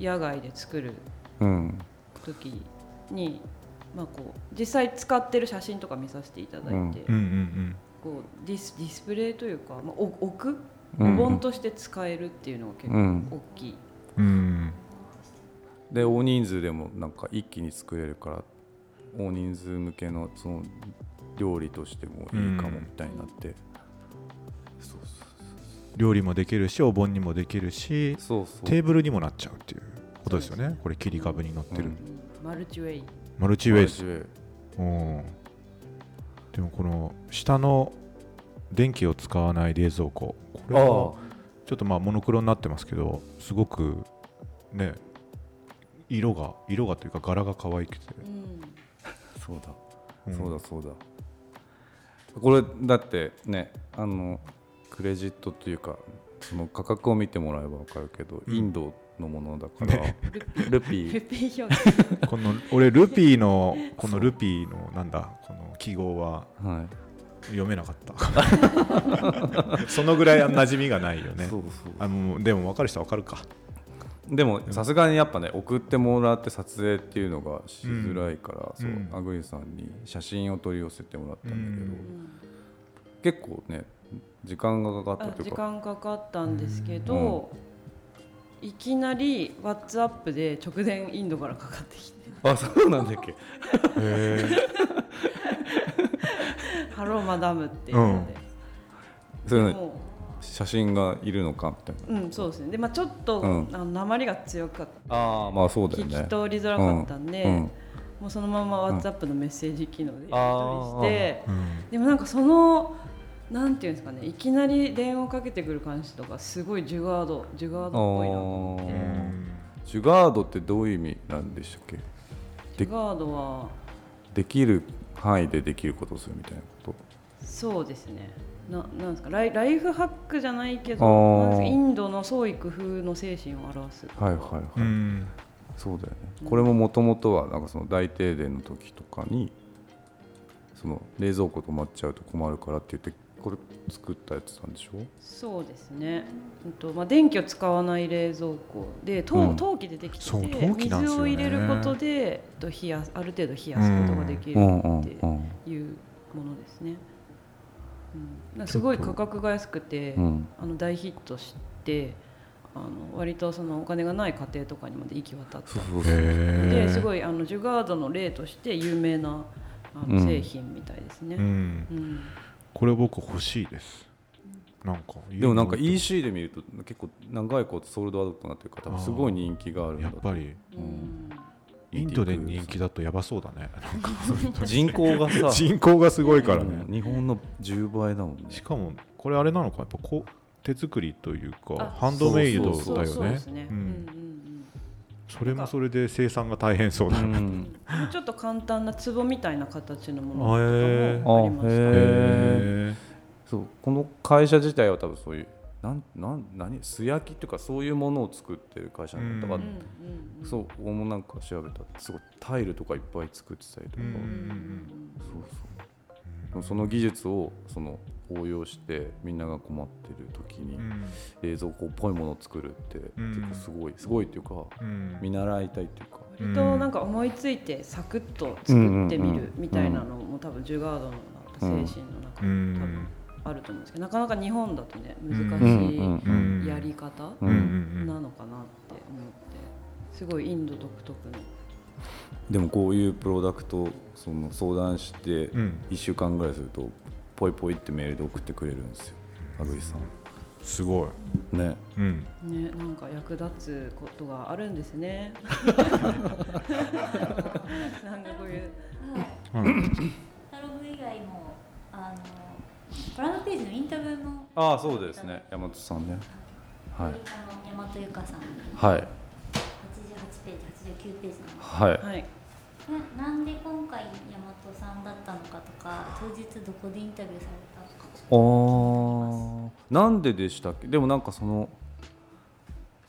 Speaker 4: 野外で作る
Speaker 2: うん
Speaker 4: 時に、まあ、こう実際使ってる写真とか見させていただいて、
Speaker 2: うん
Speaker 3: うんうん
Speaker 4: こうディスディスプレイというか、まあ、お置くお
Speaker 2: うん
Speaker 4: 盆として使えるっていうのが結
Speaker 2: う
Speaker 4: 構
Speaker 2: ん
Speaker 4: 大きい、
Speaker 3: うんうん
Speaker 2: で大人数でもなんか一気に作れるから大人数向けのその料理としてもいいかもみたいになって、そう
Speaker 3: 料理もできるしお盆にもできるし
Speaker 2: そうそうそう
Speaker 3: テーブルにもなっちゃうっていうことですよねこれ切り株に乗って
Speaker 2: う
Speaker 3: る、
Speaker 2: ん
Speaker 4: うんマルチウェイ
Speaker 3: マルチウェイズうんでもこの下の電気を使わない冷蔵庫これ
Speaker 2: ああ
Speaker 3: はちょっとまあモノクロになってますけどすごくね色が色がというか柄が可愛くて、
Speaker 4: うん
Speaker 2: そうだ、
Speaker 3: うん
Speaker 2: そうだそうだこれだってねあのクレジットというかその価格を見てもらえば分かるけど、
Speaker 3: うん
Speaker 2: インドのものだ から、ルピ
Speaker 4: ペ
Speaker 2: ー
Speaker 4: ッペ 表現
Speaker 3: この俺ルピーのこのルピーのなんだこの記号は
Speaker 2: はい、
Speaker 3: 読めなかった そのぐらい馴染みがないよね
Speaker 2: そうそう
Speaker 3: あもうでも分かる人は分かるか
Speaker 2: でもさすがにやっぱね送ってもらって撮影っていうのがしづらいから、
Speaker 3: うんうん
Speaker 2: そうアグリさんに写真を取り寄せてもらったんだけど、
Speaker 3: うん
Speaker 2: 結構ね時間がかかっ
Speaker 4: あ
Speaker 2: たとい
Speaker 4: 時
Speaker 2: うか
Speaker 4: 間かかったんですけど、いきなり WhatsApp で直電インドからかかってきて
Speaker 2: あそうなんだっけ
Speaker 4: 「 ハローマダム」っていうので、
Speaker 2: そういうの
Speaker 4: も、
Speaker 2: 写真がいるのかみたいう
Speaker 4: うん、そうですねで、まあ、ちょっと、
Speaker 2: うん
Speaker 4: あの鉛が強かっ
Speaker 2: なああまあそう
Speaker 4: た、
Speaker 2: だよ
Speaker 4: 聞
Speaker 2: ね
Speaker 4: き取りづらかったんで、
Speaker 2: うんうん
Speaker 4: もうそのまま
Speaker 2: うん
Speaker 4: WhatsApp のメッセージ機能で
Speaker 2: あ
Speaker 4: やり
Speaker 2: ー
Speaker 4: 取りして、
Speaker 3: うん
Speaker 4: でもなんかそのなんていうんですかねいきなり電話かけてくる感じとかすごいジュガードジュガードっぽいなと思って
Speaker 2: あージュガードってどういう意味なんでしたっけ
Speaker 4: ジュガードは
Speaker 2: できる範囲でできることをするみたいなこと
Speaker 4: そうですねななんですかライライフハックじゃないけ
Speaker 2: あ
Speaker 4: ど
Speaker 2: ー
Speaker 4: なんですかインドの創意工夫の精神を表す
Speaker 2: はいはいはい、
Speaker 3: うん
Speaker 2: そうだよねこれももともとはなんかその大停電の時とかにその冷蔵庫止まっちゃうと困るからって言ってこれ作ったやつなんでしょ
Speaker 4: そうですね、うんとまあ、電気を使わない冷蔵庫で陶,、
Speaker 2: うん
Speaker 4: 陶器でできて
Speaker 3: そう
Speaker 4: て、
Speaker 3: 陶器なんですよ
Speaker 4: 水
Speaker 3: ね
Speaker 4: を入れることで、えっと、冷やすある程度冷やすことができ
Speaker 2: う
Speaker 4: る
Speaker 2: んうん
Speaker 4: って
Speaker 2: うん
Speaker 4: いうものですね、うん、なんかすごい価格が安くて、
Speaker 2: うん
Speaker 4: あの大ヒットしてあの割とそのお金がない家庭とかにまで行き渡った
Speaker 2: そうそうそう
Speaker 3: へ
Speaker 4: で
Speaker 3: え
Speaker 4: すごいあのジュガードの例として有名なあ
Speaker 2: う
Speaker 4: の
Speaker 2: ん
Speaker 4: 製品みたいですね。
Speaker 3: うん
Speaker 4: うん
Speaker 3: これ僕欲しいですなんか
Speaker 2: でもなんか
Speaker 3: い
Speaker 2: EC で見ると結構長いことソールドアウトになってるから多分すごい人気があるんだ
Speaker 3: やっぱり
Speaker 4: うん
Speaker 3: インドで人気だとやばそうだねなんか
Speaker 2: 人口がさ
Speaker 3: 人口がすごいから
Speaker 2: う
Speaker 3: ね
Speaker 2: ん日本の10倍だもんね
Speaker 3: しかもこれあれなのかやっぱこう手作りという
Speaker 4: あ
Speaker 3: かハンドメイド
Speaker 4: そう
Speaker 3: だ
Speaker 4: そう
Speaker 3: よ
Speaker 4: で
Speaker 3: ね
Speaker 4: すね。
Speaker 3: う
Speaker 4: うんん
Speaker 3: それもそれで生産が大変そう
Speaker 2: う
Speaker 3: だ
Speaker 2: ん
Speaker 3: ね
Speaker 4: うんうん。もうちょっと簡単な壺みたいな形のもの
Speaker 3: あへ
Speaker 4: とかもありま
Speaker 2: ー
Speaker 4: し
Speaker 2: へえそうこの会社自体は多分そういうなんなん何素焼きとかそういうものを作ってる会社なんだから、
Speaker 3: う
Speaker 4: うんうん
Speaker 2: そう俺もなんか調べたらすごいタイルとかいっぱい作ってたりとか、
Speaker 3: うん
Speaker 4: うん
Speaker 2: そうそうその技術をその応用してみんなが困ってる時に冷蔵庫っぽいものを作るって
Speaker 3: うん
Speaker 2: 結構すごいすごいっていうか見習いたいっていうか
Speaker 4: 割となんか思いついてサクッと作ってみるみたいなのも多分ジュガードのなんか精神の中に多分あると思うんですけどなかなか日本だとね難しいやり方
Speaker 2: うん
Speaker 4: なのかなって思ってすごいインド独特の
Speaker 2: でもこういうプロダクトその相談して1週間ぐらいするとぽいぽいってメールで送ってくれるんですよアグリさん
Speaker 3: すごい。
Speaker 2: ね
Speaker 3: うん。
Speaker 4: ねなんか役立つことがあるんで すねなんかこういう
Speaker 1: タログ以外もあのプランドページのインタビューも、
Speaker 2: ああそうですね山本さんねは
Speaker 1: あ
Speaker 2: い
Speaker 1: の大和由香さんの
Speaker 2: はい
Speaker 1: 88ページ89ページの
Speaker 2: はい
Speaker 4: はい
Speaker 1: ななんで今回大和さんだったのかとか当日どこでインタビューされたとか
Speaker 2: あーなんででしたっけでもなんかその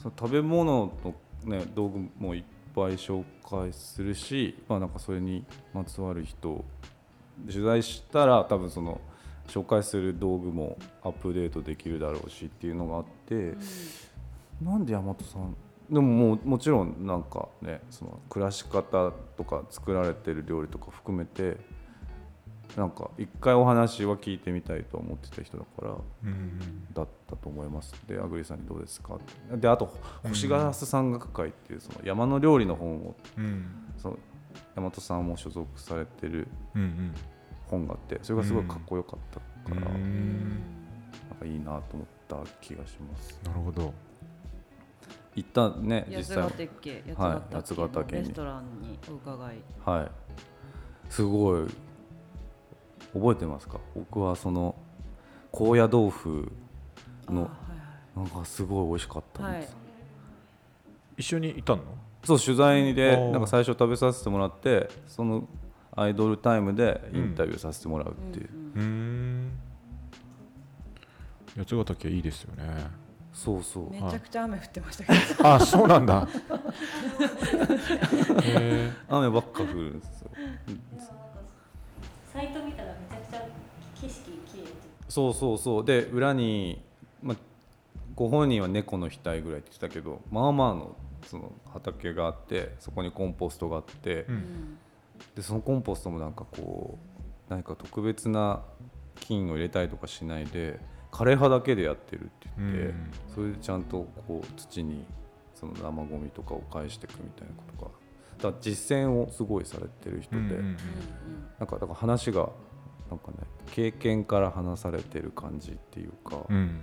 Speaker 2: その食べ物の、ね、道具もいっぱい紹介するし、まあ、なんかそれにまつわる人取材したら多分その紹介する道具もアップデートできるだろうしっていうのがあって、なんで大和さんでももうもちろんなんかねその暮らし方とか作られてる料理とか含めてなんか一回お話は聞いてみたいと思ってた人だからだったと思いますでアグリさんにどうですかってであと星ガラス山岳会っていうその山の料理の本をその大和さんも所属されてる本があってそれがすごいかっこよかったから、なんかいいなと思った気がします
Speaker 3: なるほど。
Speaker 2: 一旦ね実際
Speaker 4: 八ヶ岳
Speaker 2: はい
Speaker 4: 八
Speaker 2: 八ヶ
Speaker 4: ヶ
Speaker 2: 岳に
Speaker 4: 岳のレストランにお伺い
Speaker 2: はい。すごい。覚えてますか。僕はその高野豆腐
Speaker 4: あ
Speaker 2: の
Speaker 4: は
Speaker 2: なんかすごい美味しかった
Speaker 4: いはい
Speaker 2: ん
Speaker 4: は
Speaker 2: で
Speaker 4: い
Speaker 2: す。
Speaker 3: 一緒にいたの？
Speaker 2: そう取材で
Speaker 3: おー
Speaker 2: なんか最初食べさせてもらってそのアイドルタイムでインタビューさせてもらうっていう。
Speaker 3: うん。八ヶ岳いいですよね。
Speaker 2: そうそう。
Speaker 4: めちゃくちゃ雨降ってました けど
Speaker 3: あ、そうなんだ。 へ
Speaker 2: 雨ばっか降るんですよ。
Speaker 1: サイト見たらめちゃくちゃ景色綺麗
Speaker 2: そうそうそうで裏に、まあ、ご本人は猫の額ぐらいって言ってたけどまあまあのその畑があってそこにコンポストがあって、
Speaker 3: うん
Speaker 2: でそのコンポストもなんかこう何か特別な菌を入れたりとかしないで枯れ葉だけでやってるって言って、
Speaker 3: うん
Speaker 2: それでちゃんとこう土にその生ゴミとかを返していくみたいなことかだから実践をすごいされてる人
Speaker 3: え。
Speaker 2: で、なんかだから話がなんかね経験から話されてる感じっていうか、
Speaker 3: うん。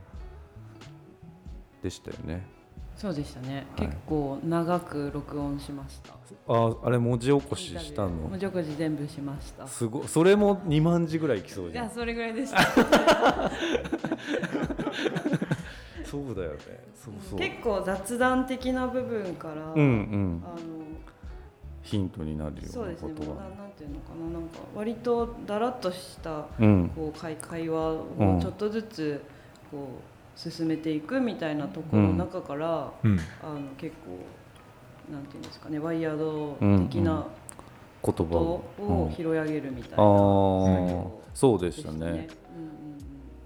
Speaker 2: でしたよね
Speaker 4: そうでしたね、
Speaker 2: はい
Speaker 4: 結構長く録音しました
Speaker 2: ああれ文字起こしした
Speaker 4: 文
Speaker 2: の
Speaker 4: 字起こし全部しました
Speaker 2: すごいそれも2万字ぐらいいきそう
Speaker 4: い
Speaker 2: じゃ
Speaker 4: や
Speaker 2: ん
Speaker 4: それぐらいでした
Speaker 2: そうだよねそうそう
Speaker 4: 結構雑談的な部分から、
Speaker 2: うんうん
Speaker 4: あの
Speaker 2: ヒントになるよう
Speaker 4: そう
Speaker 2: な
Speaker 4: です
Speaker 2: こ
Speaker 4: ね
Speaker 2: と
Speaker 4: もうな
Speaker 2: は。
Speaker 4: なんていうのかななんか割とだらっとした
Speaker 2: うん、
Speaker 4: こう会会話
Speaker 2: う
Speaker 4: を
Speaker 2: ん
Speaker 4: ちょっとずつこう進めていくみたいなところの中から、
Speaker 3: うん。
Speaker 4: あの結構なんていうんですかねワイヤード的
Speaker 2: 言葉
Speaker 4: なこと
Speaker 2: を、
Speaker 4: を
Speaker 2: うん
Speaker 4: 拾い上げるみたいな、
Speaker 2: あ
Speaker 4: うん
Speaker 2: ーそうでしたね
Speaker 4: うんうんうん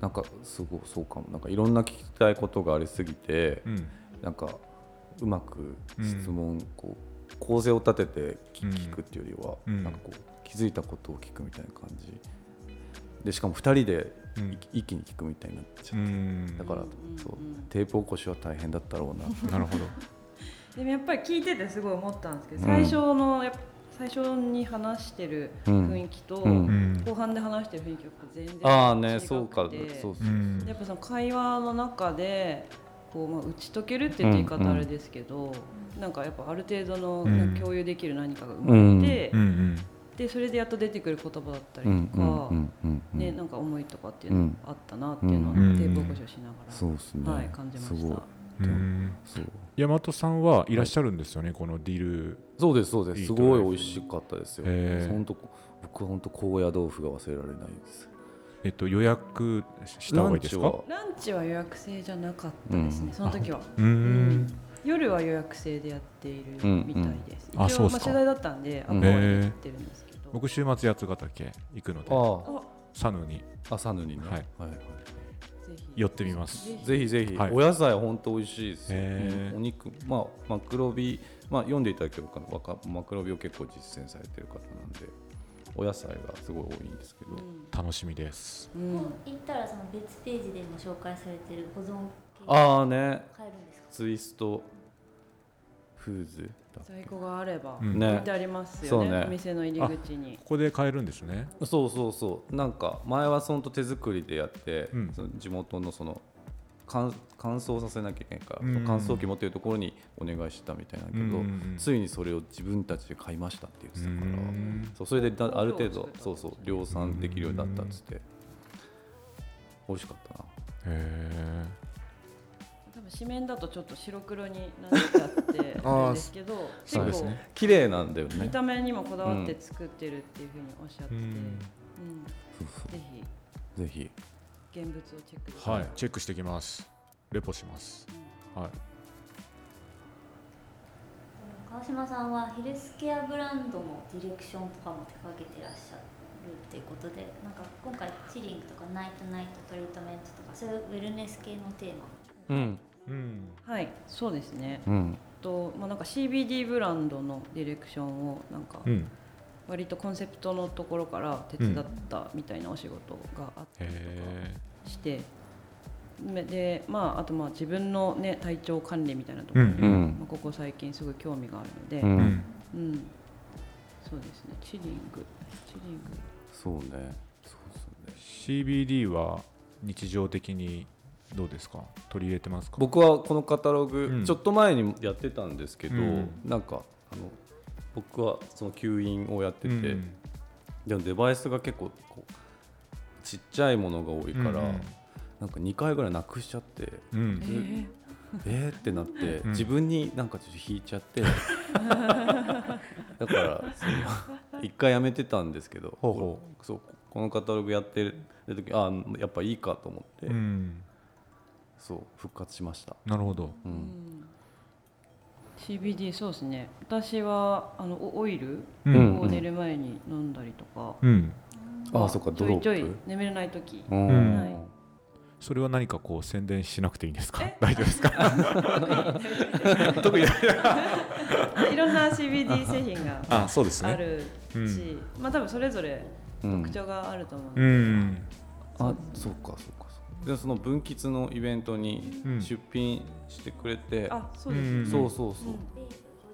Speaker 2: なんかすごいそうかもなんかいろんな聞きたいことがありすぎて、
Speaker 3: うん。
Speaker 2: なんかうまく質問、こう構成を立ててき
Speaker 3: うん
Speaker 2: 聞くっていうよりは、
Speaker 3: うん
Speaker 2: なんかこう気づいたことを聞くみたいな感じでしかも2人で
Speaker 3: うん
Speaker 2: い一気に聞くみたいになっちゃ
Speaker 3: う
Speaker 2: って、
Speaker 3: ん
Speaker 2: だから、
Speaker 4: うんうんうん
Speaker 2: そうテープ起こしは大変だったろうなって
Speaker 3: なるほど。
Speaker 4: でもやっぱり聞いててすごい思ったんですけど、
Speaker 2: うん
Speaker 4: 最初のやっぱ最初に話してる雰囲気と、
Speaker 2: うんうん
Speaker 4: 後半で話してる雰囲気がやっぱ全然違くて
Speaker 2: ああねそうかそうそう、
Speaker 3: うん
Speaker 4: やっぱその会話の中でこう、まあ、打ち解けるって言うと言い方あれですけど、なんかやっぱある程度の、
Speaker 3: うん
Speaker 4: なんか共有できる何かが生まれて、
Speaker 3: うん
Speaker 4: でそれでやっと出てくる言葉だったり
Speaker 2: う
Speaker 4: と
Speaker 2: んう
Speaker 4: か、
Speaker 2: んうんうんうん
Speaker 4: ね、なんか思いとかっていうのがあったなっていうのは、
Speaker 3: うん
Speaker 4: テープ起こしをしながら、
Speaker 2: そうですね、
Speaker 4: はい、感じますし
Speaker 2: ごい
Speaker 4: た。
Speaker 3: うんうん。
Speaker 2: そう
Speaker 3: 大和さんはいらっしゃるんですよね、このディル。
Speaker 2: そうですそうです
Speaker 3: いい
Speaker 2: す
Speaker 3: と
Speaker 2: ごい美味しかったですよ
Speaker 3: へえ
Speaker 2: 本当僕は本当高野豆腐が忘れられないです
Speaker 3: えっと、予約した方がいいですか
Speaker 4: ランチは予約制じゃなかったですね、
Speaker 2: うん
Speaker 4: その時は、
Speaker 3: うーん
Speaker 4: 夜は予約制でやっているみたいです、
Speaker 3: うんうんあ
Speaker 4: 一
Speaker 3: そう
Speaker 4: 応
Speaker 3: っす
Speaker 4: まあ
Speaker 3: か
Speaker 4: 取材だったんでア
Speaker 2: うん
Speaker 4: ポは行ってるんですけど、
Speaker 3: 僕週末八ヶ岳行くので
Speaker 2: あ
Speaker 4: あ
Speaker 3: サヌに
Speaker 2: あ朝のにね、
Speaker 3: はい
Speaker 2: はい
Speaker 4: ぜひ
Speaker 3: 寄ってみます
Speaker 4: ぜひ
Speaker 2: ぜひぜひ、
Speaker 3: はい
Speaker 2: お野菜本当美味しいですよ、
Speaker 3: へー
Speaker 2: うんお肉まあマクロビまあ読んでいただけるかなわかマクロビを結構実践されてる方なんでお野菜がすごい多いんですけど、
Speaker 3: 楽しみです
Speaker 4: うんうん
Speaker 1: 行ったらその別ページでも紹介されてる保存系
Speaker 2: ああね
Speaker 1: 買えるんですか
Speaker 2: ツイストフーズだ
Speaker 4: 在庫があれば
Speaker 3: うん
Speaker 4: 置
Speaker 2: ね
Speaker 4: いてありますよね,、
Speaker 2: そうね
Speaker 4: お店の入り口に
Speaker 3: ここで買えるんですね
Speaker 2: そうそうそうなんか前はその手作りでやって、
Speaker 3: うん
Speaker 2: その地元のその乾乾燥させなきゃいけないから、
Speaker 3: うん
Speaker 2: 乾燥機持ってるところにお願いしてたみたいなんだけど、
Speaker 3: うんうんうん
Speaker 2: ついにそれを自分たちで買いましたって言ってたから、
Speaker 3: うん
Speaker 2: そうそれでだある程
Speaker 4: 工場
Speaker 2: 度
Speaker 4: を作った
Speaker 2: そうそう量産できるようになったっつって、美味しかったな
Speaker 3: へ
Speaker 4: 多分紙面だとちょっと白黒になっちゃってる んですけど結
Speaker 3: そうです
Speaker 4: 構
Speaker 3: ね
Speaker 2: 綺麗なんだよね
Speaker 4: 見た目にもこだわって作ってるっていうふうにおっしゃって
Speaker 3: え
Speaker 4: て、うん
Speaker 2: そうそ
Speaker 4: ぜ
Speaker 2: うぜひ
Speaker 4: ひ現物をチェックして
Speaker 3: はいチェックしてきますレポしますはい
Speaker 1: 川島さんはヘルスケアブランドのディレクションとかも手掛けてらっしゃるっていうことでなんか今回チリングとかナイトナイトトリートメントとかそういうウェルネス系のテーマ
Speaker 2: うん
Speaker 3: うん
Speaker 4: はい、そうですね
Speaker 2: うん
Speaker 4: と、まあ、なんか CBD ブランドのディレクションをなんか
Speaker 3: うん
Speaker 4: 割とコンセプトのところから手伝ったみたいなお仕事があったりとか
Speaker 3: へ
Speaker 4: して、めでまあ、あとまあ自分の、ね、体調管理みたいなところに、
Speaker 3: うん
Speaker 2: うん
Speaker 4: まあ、ここ最近すごい興味があるので、
Speaker 2: う
Speaker 4: うん
Speaker 3: えうんん
Speaker 4: そうですねチリングチリング
Speaker 2: そうねそうそうね
Speaker 3: CBD は日常的にどうですか取り入れてますか
Speaker 2: 僕はこのカタログ、
Speaker 3: うん
Speaker 2: ちょっと前にやってたんですけど、
Speaker 3: うん
Speaker 2: なんかあの僕はその吸引をやってて、
Speaker 3: うん
Speaker 2: でもデバイスが結構こうちっちゃいものが多いから、
Speaker 3: うん
Speaker 2: なんか2回ぐらいなくしちゃ って
Speaker 3: うん
Speaker 2: ずえーってなって、
Speaker 3: ん
Speaker 2: 自分になんかちょっと引いちゃって だからその一回やめてたんですけど
Speaker 3: ほうほ
Speaker 2: こそうこのカタログやってる時あやっぱいいかと思って、
Speaker 3: うん
Speaker 2: そう復活しました。
Speaker 3: なるほど
Speaker 2: う
Speaker 4: うんん CBD そうですね私はあのオオイル
Speaker 3: うん
Speaker 4: を寝る前に飲んだりとか、
Speaker 3: うん
Speaker 2: あそっか
Speaker 4: ち
Speaker 2: ド
Speaker 4: ょ
Speaker 2: ロッ
Speaker 4: い
Speaker 2: プ
Speaker 4: ちょい眠れない時、
Speaker 2: うん
Speaker 3: うん
Speaker 4: はい
Speaker 3: それは何かこう宣伝しなくていいんですか大丈夫ですか 特に
Speaker 4: あいろんな CBD 製品 が
Speaker 3: あそうですね
Speaker 4: あるし、まあ多分それぞれ特徴があると思うので、
Speaker 3: うん
Speaker 2: あそうかそうかそうかでその分岐のイベントに
Speaker 3: うん
Speaker 2: 出品してくれて、
Speaker 4: あそうですね、
Speaker 3: うん
Speaker 2: そうそうそう、
Speaker 4: うん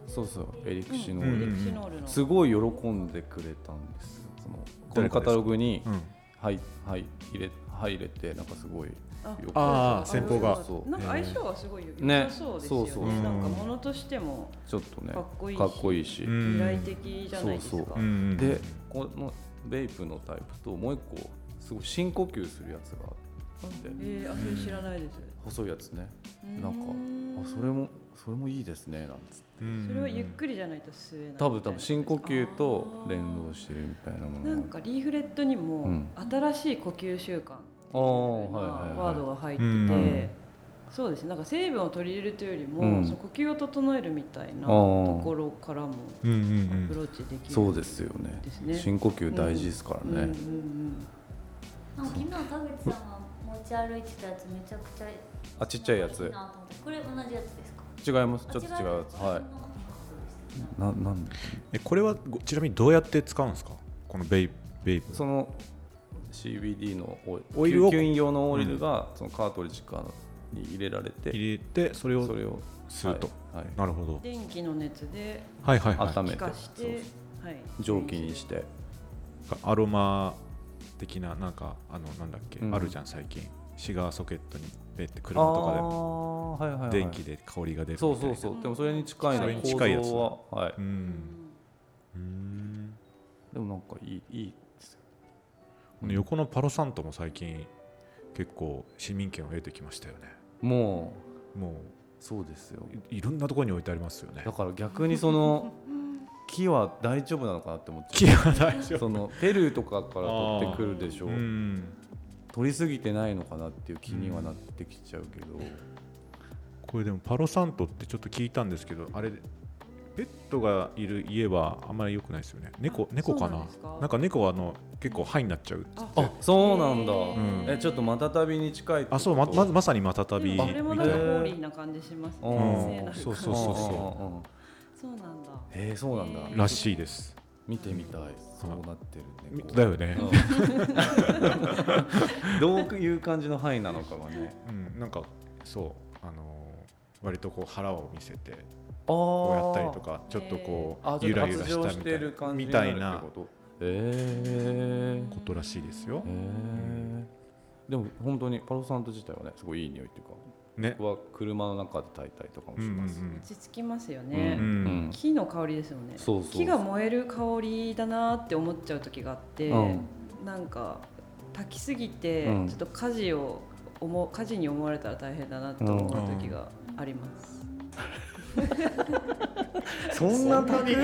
Speaker 2: そうそうエリクシノ
Speaker 3: う
Speaker 2: ー
Speaker 3: ん
Speaker 2: ル、
Speaker 4: エクシノールの
Speaker 2: すごい喜んでくれたんですよそのこ
Speaker 3: 誰
Speaker 2: の
Speaker 3: かですか
Speaker 2: カタログに
Speaker 3: うん
Speaker 2: はいはい入れ入れてなんかすごいよ
Speaker 4: あ
Speaker 2: く
Speaker 3: あー先方が
Speaker 2: そう
Speaker 4: なんか相性はすごい
Speaker 2: ね
Speaker 4: 良さそうです
Speaker 2: そう
Speaker 4: よね
Speaker 2: そう
Speaker 4: なんかものとしても
Speaker 2: ちょっとね
Speaker 4: かっこいいし
Speaker 2: かっこいいし、
Speaker 3: うん
Speaker 4: 未来的じゃないですか、
Speaker 2: そうそう
Speaker 3: うん
Speaker 2: でこのベイプのタイプともう一個すごい深呼吸するやつがあって、
Speaker 4: えー、あそれ知らないです、
Speaker 2: 細いやつね
Speaker 4: うん
Speaker 2: なんかあそれもそれもいいですねなんつって
Speaker 3: うん
Speaker 4: それはゆっくりじゃないと吸えないみた
Speaker 2: 多
Speaker 4: いな
Speaker 2: 分多分深呼吸と連動してるみたいなもの
Speaker 4: なんかリーフレットに
Speaker 2: う
Speaker 4: も
Speaker 2: ん
Speaker 4: 新しい呼吸習慣
Speaker 2: あーはいはいはい
Speaker 4: ワードが入ってて、
Speaker 3: うん
Speaker 4: そうですねなんか成分を取り入れるというよりも、
Speaker 2: うん
Speaker 4: その呼吸を整えるみたいな
Speaker 2: あー
Speaker 4: ところからも
Speaker 3: うんう
Speaker 4: アプ
Speaker 3: ん
Speaker 4: ローチできる
Speaker 2: そうですよね
Speaker 4: ですね
Speaker 2: 深呼吸大事ですから
Speaker 4: うんうん
Speaker 2: ね、
Speaker 1: なんか昨日田口さんが持ち歩いてたやつめちゃくちゃ
Speaker 2: あちっちゃいやつ
Speaker 1: いなと思ってこれ同じやつですか
Speaker 2: 違いますちょっと違うやつは
Speaker 1: あ
Speaker 2: いななんで
Speaker 3: えこれはごちなみにどうやって使うんですかこのベイベイプ
Speaker 2: その CBD のオイル
Speaker 3: オイルを
Speaker 2: 吸引用のオイルが、そのカートリッジからに入れられて
Speaker 3: 入れてそれ
Speaker 2: そ
Speaker 3: を
Speaker 2: れを
Speaker 3: 吸うと
Speaker 2: はいはい
Speaker 3: なるほど
Speaker 4: 電気の熱で
Speaker 3: はいはいは
Speaker 2: 温め
Speaker 3: い
Speaker 4: 気
Speaker 2: て
Speaker 4: 化して、
Speaker 2: そう
Speaker 4: はい、
Speaker 2: 蒸気にして
Speaker 3: アロマ的ななんかあのなんだっけ
Speaker 2: うん
Speaker 3: あるじゃん最近シガーソケットにベって
Speaker 2: あ
Speaker 3: 車
Speaker 2: あ
Speaker 3: と
Speaker 2: ーはいはい、は
Speaker 3: か
Speaker 2: い、
Speaker 3: で電気で香りが出るみたい
Speaker 2: そ
Speaker 3: な
Speaker 2: うそうそうでもそれに近いの
Speaker 4: それに
Speaker 3: 近いやつ、
Speaker 2: 構造は、はいう
Speaker 4: うんん
Speaker 3: うーん
Speaker 2: でもなんかいいいいですよ
Speaker 3: この横のパロサントも最近結構市民権を得てきましたよね
Speaker 2: もう
Speaker 3: も
Speaker 2: そうですよ
Speaker 3: ういいろんなところに置いてありますよね
Speaker 2: だから逆にその木は大丈夫なのかなって思っち
Speaker 3: 気
Speaker 2: ゃ
Speaker 3: が大丈
Speaker 2: うそのペルーとかから取ってくるでしょ
Speaker 3: 夫うん
Speaker 2: 取りすぎてないのかなっていう気にはなってきちゃうけど、
Speaker 3: これでもパロサントってちょっと聞いたんですけどあれペットがいる家はあんまり良くないですよね猫猫か
Speaker 4: そ
Speaker 3: な
Speaker 4: うなん
Speaker 3: な
Speaker 4: ですか
Speaker 3: んか猫はあの結構ハイになっちゃうっつって
Speaker 2: あそうなんだ、
Speaker 4: うん
Speaker 2: えちょっとまたたびに近いってこと
Speaker 3: あそうまままさにまたたびみ
Speaker 4: で
Speaker 3: た
Speaker 4: も
Speaker 3: い
Speaker 4: それも
Speaker 3: な
Speaker 4: なんか
Speaker 2: え
Speaker 4: ホーリーな感じしますね。聖な
Speaker 3: うん
Speaker 4: る
Speaker 3: そうそ
Speaker 2: そうう
Speaker 3: そ
Speaker 2: そうう
Speaker 3: そう
Speaker 2: そ
Speaker 4: そうなんだ。
Speaker 2: うえー、そうなんだ、
Speaker 4: へー
Speaker 3: らしいです
Speaker 2: 見てみたいそうなってるねこう
Speaker 3: だよね、
Speaker 2: うん どういう感じの範囲なのかはね
Speaker 3: うん、なんかそうあのー割とこう腹を見せてこうや
Speaker 2: こ
Speaker 3: ったりとかちょっとこ
Speaker 2: あ
Speaker 3: う
Speaker 2: ちょ
Speaker 3: ゆ
Speaker 2: っと
Speaker 3: らゆら
Speaker 2: 発
Speaker 3: し
Speaker 2: 情
Speaker 3: た
Speaker 2: し
Speaker 3: み
Speaker 2: て
Speaker 3: たい
Speaker 2: る
Speaker 3: な
Speaker 2: 感じ
Speaker 3: み
Speaker 2: に
Speaker 3: た
Speaker 2: なる
Speaker 3: い
Speaker 2: って
Speaker 3: な
Speaker 2: ことえー
Speaker 3: ことらしいですよ
Speaker 2: え。ーでも本当にパロサント自体はねすごいいい匂いっていうか
Speaker 3: ね。
Speaker 2: 僕は車の中で炊いたりとかもし
Speaker 3: うん
Speaker 2: ます、
Speaker 4: 落ち着きますよ
Speaker 2: う
Speaker 4: ね。
Speaker 3: ん
Speaker 2: うん
Speaker 4: 木の香りですよね。
Speaker 2: そうそうそう
Speaker 4: 木が燃える香りだなって思っちゃう時があって、
Speaker 2: うん
Speaker 4: なんか炊きすぎて
Speaker 2: うん
Speaker 4: ちょっと火事を思う火事に思われたら大変だなと思う時があります。
Speaker 2: そんな炊く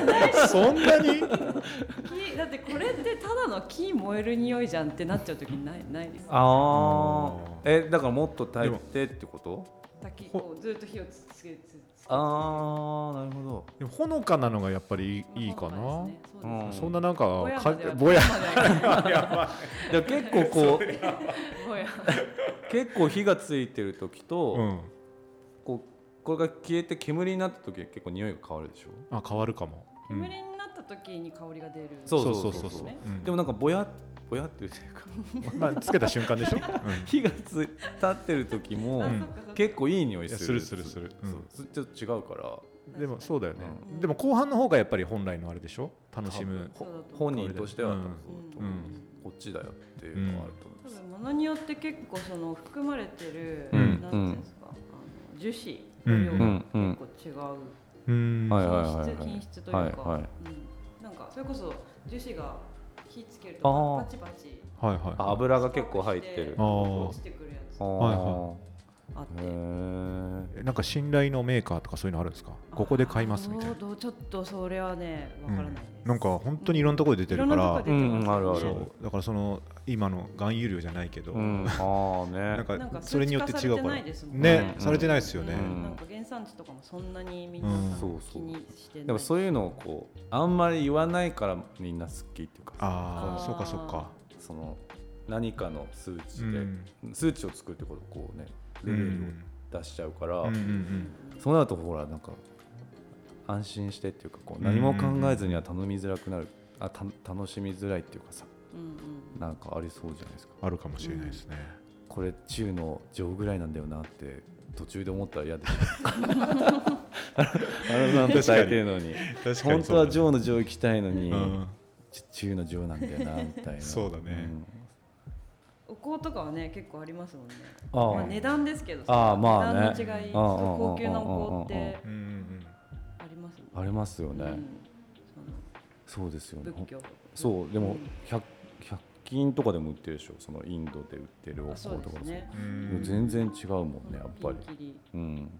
Speaker 3: そんなに
Speaker 4: 木だってこれってただの木燃える匂いじゃんってなっちゃう時ないないです。
Speaker 2: ああえだからもっと炊いてってこと
Speaker 4: 炊きこうずっと火をつつけつつけ
Speaker 2: ああなるほど
Speaker 3: でもほのかなのがやっぱりいいいいか
Speaker 4: そう
Speaker 3: な。
Speaker 4: ですねそうですね
Speaker 2: うん
Speaker 3: そんななんか
Speaker 4: ぼや
Speaker 3: か
Speaker 4: までは
Speaker 3: ぼや
Speaker 2: いや結構 こう
Speaker 4: ぼや
Speaker 2: 結構火がついてる時と、
Speaker 3: うん。
Speaker 2: こうこれが消えて煙になった時は結構匂いが変わるでしょ
Speaker 3: あ変わるかも。うん
Speaker 4: 煙になった時に香りが出る。
Speaker 2: そうそう
Speaker 3: うん
Speaker 2: でもなんかぼやぼやっていうていうか
Speaker 3: まあつけた瞬間でしょ。う ん
Speaker 2: 火がつ立ってる時も
Speaker 4: あ
Speaker 3: ん
Speaker 4: そっかそっか
Speaker 2: 結構いい匂いする
Speaker 3: いやするするするうん
Speaker 2: そうちょっと違うから
Speaker 3: でもそうだよね
Speaker 4: う。ん
Speaker 3: でも後半の方がやっぱり本来のあれでしょ。楽しむ。
Speaker 4: そうだと思う
Speaker 2: 本人としては多分そうだと
Speaker 4: う
Speaker 2: 思う、
Speaker 4: ん
Speaker 2: こっちだよっていうのはあると思い
Speaker 4: 多
Speaker 2: ます、
Speaker 4: 分物によって結構その含まれてる、
Speaker 2: うん
Speaker 4: なんていうんですか、あの樹脂の量が結構違う、
Speaker 3: うん。
Speaker 2: はい
Speaker 4: 品質品質というか、
Speaker 2: はいはい
Speaker 4: うん、なんかそれこそ樹脂が火つける
Speaker 2: あ
Speaker 4: と
Speaker 2: ー
Speaker 4: パチパチ
Speaker 3: はいはい。
Speaker 2: あ油が結構入ってる
Speaker 4: あ
Speaker 3: ー
Speaker 4: 落ちてくるやつ
Speaker 2: あー
Speaker 3: は
Speaker 4: あっ
Speaker 2: へ
Speaker 4: て
Speaker 2: ー
Speaker 3: えなんか信頼のメーカーとかそういうのあるんですか。ここで買いますみたいな。
Speaker 4: どうどうちょっとそれはねわ
Speaker 3: う
Speaker 4: からない
Speaker 3: ん
Speaker 4: です、
Speaker 3: なんか本当にいろんなところで出て
Speaker 4: いろ
Speaker 3: る
Speaker 4: ん
Speaker 3: か
Speaker 4: な
Speaker 3: ら。
Speaker 4: とこ出てます
Speaker 2: うんあるある
Speaker 4: ね
Speaker 3: そうだからその今の含有量じゃないけど、
Speaker 2: うん、ああね
Speaker 3: なん
Speaker 4: な
Speaker 3: か
Speaker 4: んか
Speaker 3: それによって違うから
Speaker 4: 数値化されてないですもんね
Speaker 3: ね
Speaker 2: うん
Speaker 3: されてないですよね、
Speaker 4: うん
Speaker 2: ん
Speaker 4: なんか原産地とかもそんなにみん
Speaker 3: うん
Speaker 4: な
Speaker 2: そうそう
Speaker 4: 気にしてない、
Speaker 2: でもそういうのをこうあんまり言わないからみんな好きっていうか
Speaker 3: あ
Speaker 4: あ
Speaker 3: あ
Speaker 4: ー
Speaker 3: そうかそうか
Speaker 2: その何かの数値で、
Speaker 3: うん
Speaker 2: 数値を作るってことをこうね
Speaker 3: う
Speaker 2: レベル
Speaker 3: ん
Speaker 2: を出しちゃうから、
Speaker 3: うんうん
Speaker 2: そうなるとほらなんか安心してっていうかこ
Speaker 3: う
Speaker 2: うん何も考えずには頼みづらくなる、あた楽しみづらいっていうかさ
Speaker 4: うんうん
Speaker 2: なんかありそうじゃないですか
Speaker 3: あるかもしれないですね、
Speaker 2: これ中の上ぐらいなんだよなって途中で思ったら嫌であれなんて耐えてるのに
Speaker 3: 確
Speaker 2: 本当は上の上行きたいのに、
Speaker 3: うん
Speaker 2: ち中の上なんだよなみたいな
Speaker 3: そうだね
Speaker 2: ん
Speaker 4: お香とかはね結構ありますもんね。
Speaker 2: ああ
Speaker 4: まあ値段ですけど
Speaker 2: ああまあね
Speaker 4: 値段の違い、
Speaker 2: うんうんうんうん
Speaker 4: 高級なお香って
Speaker 3: うんうん
Speaker 4: ありますもん
Speaker 2: ありますよ
Speaker 4: す
Speaker 2: ね、
Speaker 4: そ
Speaker 2: そうですよね
Speaker 4: の仏教。
Speaker 2: そうで
Speaker 4: う
Speaker 2: も
Speaker 4: ん
Speaker 2: 100, 100均とかでも売ってるでしょそのインドで売ってるお
Speaker 4: あ
Speaker 2: 香
Speaker 4: そう
Speaker 2: と
Speaker 4: で
Speaker 2: か
Speaker 4: すね。
Speaker 3: う
Speaker 2: もうん全然違うもんねやっぱり
Speaker 4: ピンキリ
Speaker 2: うん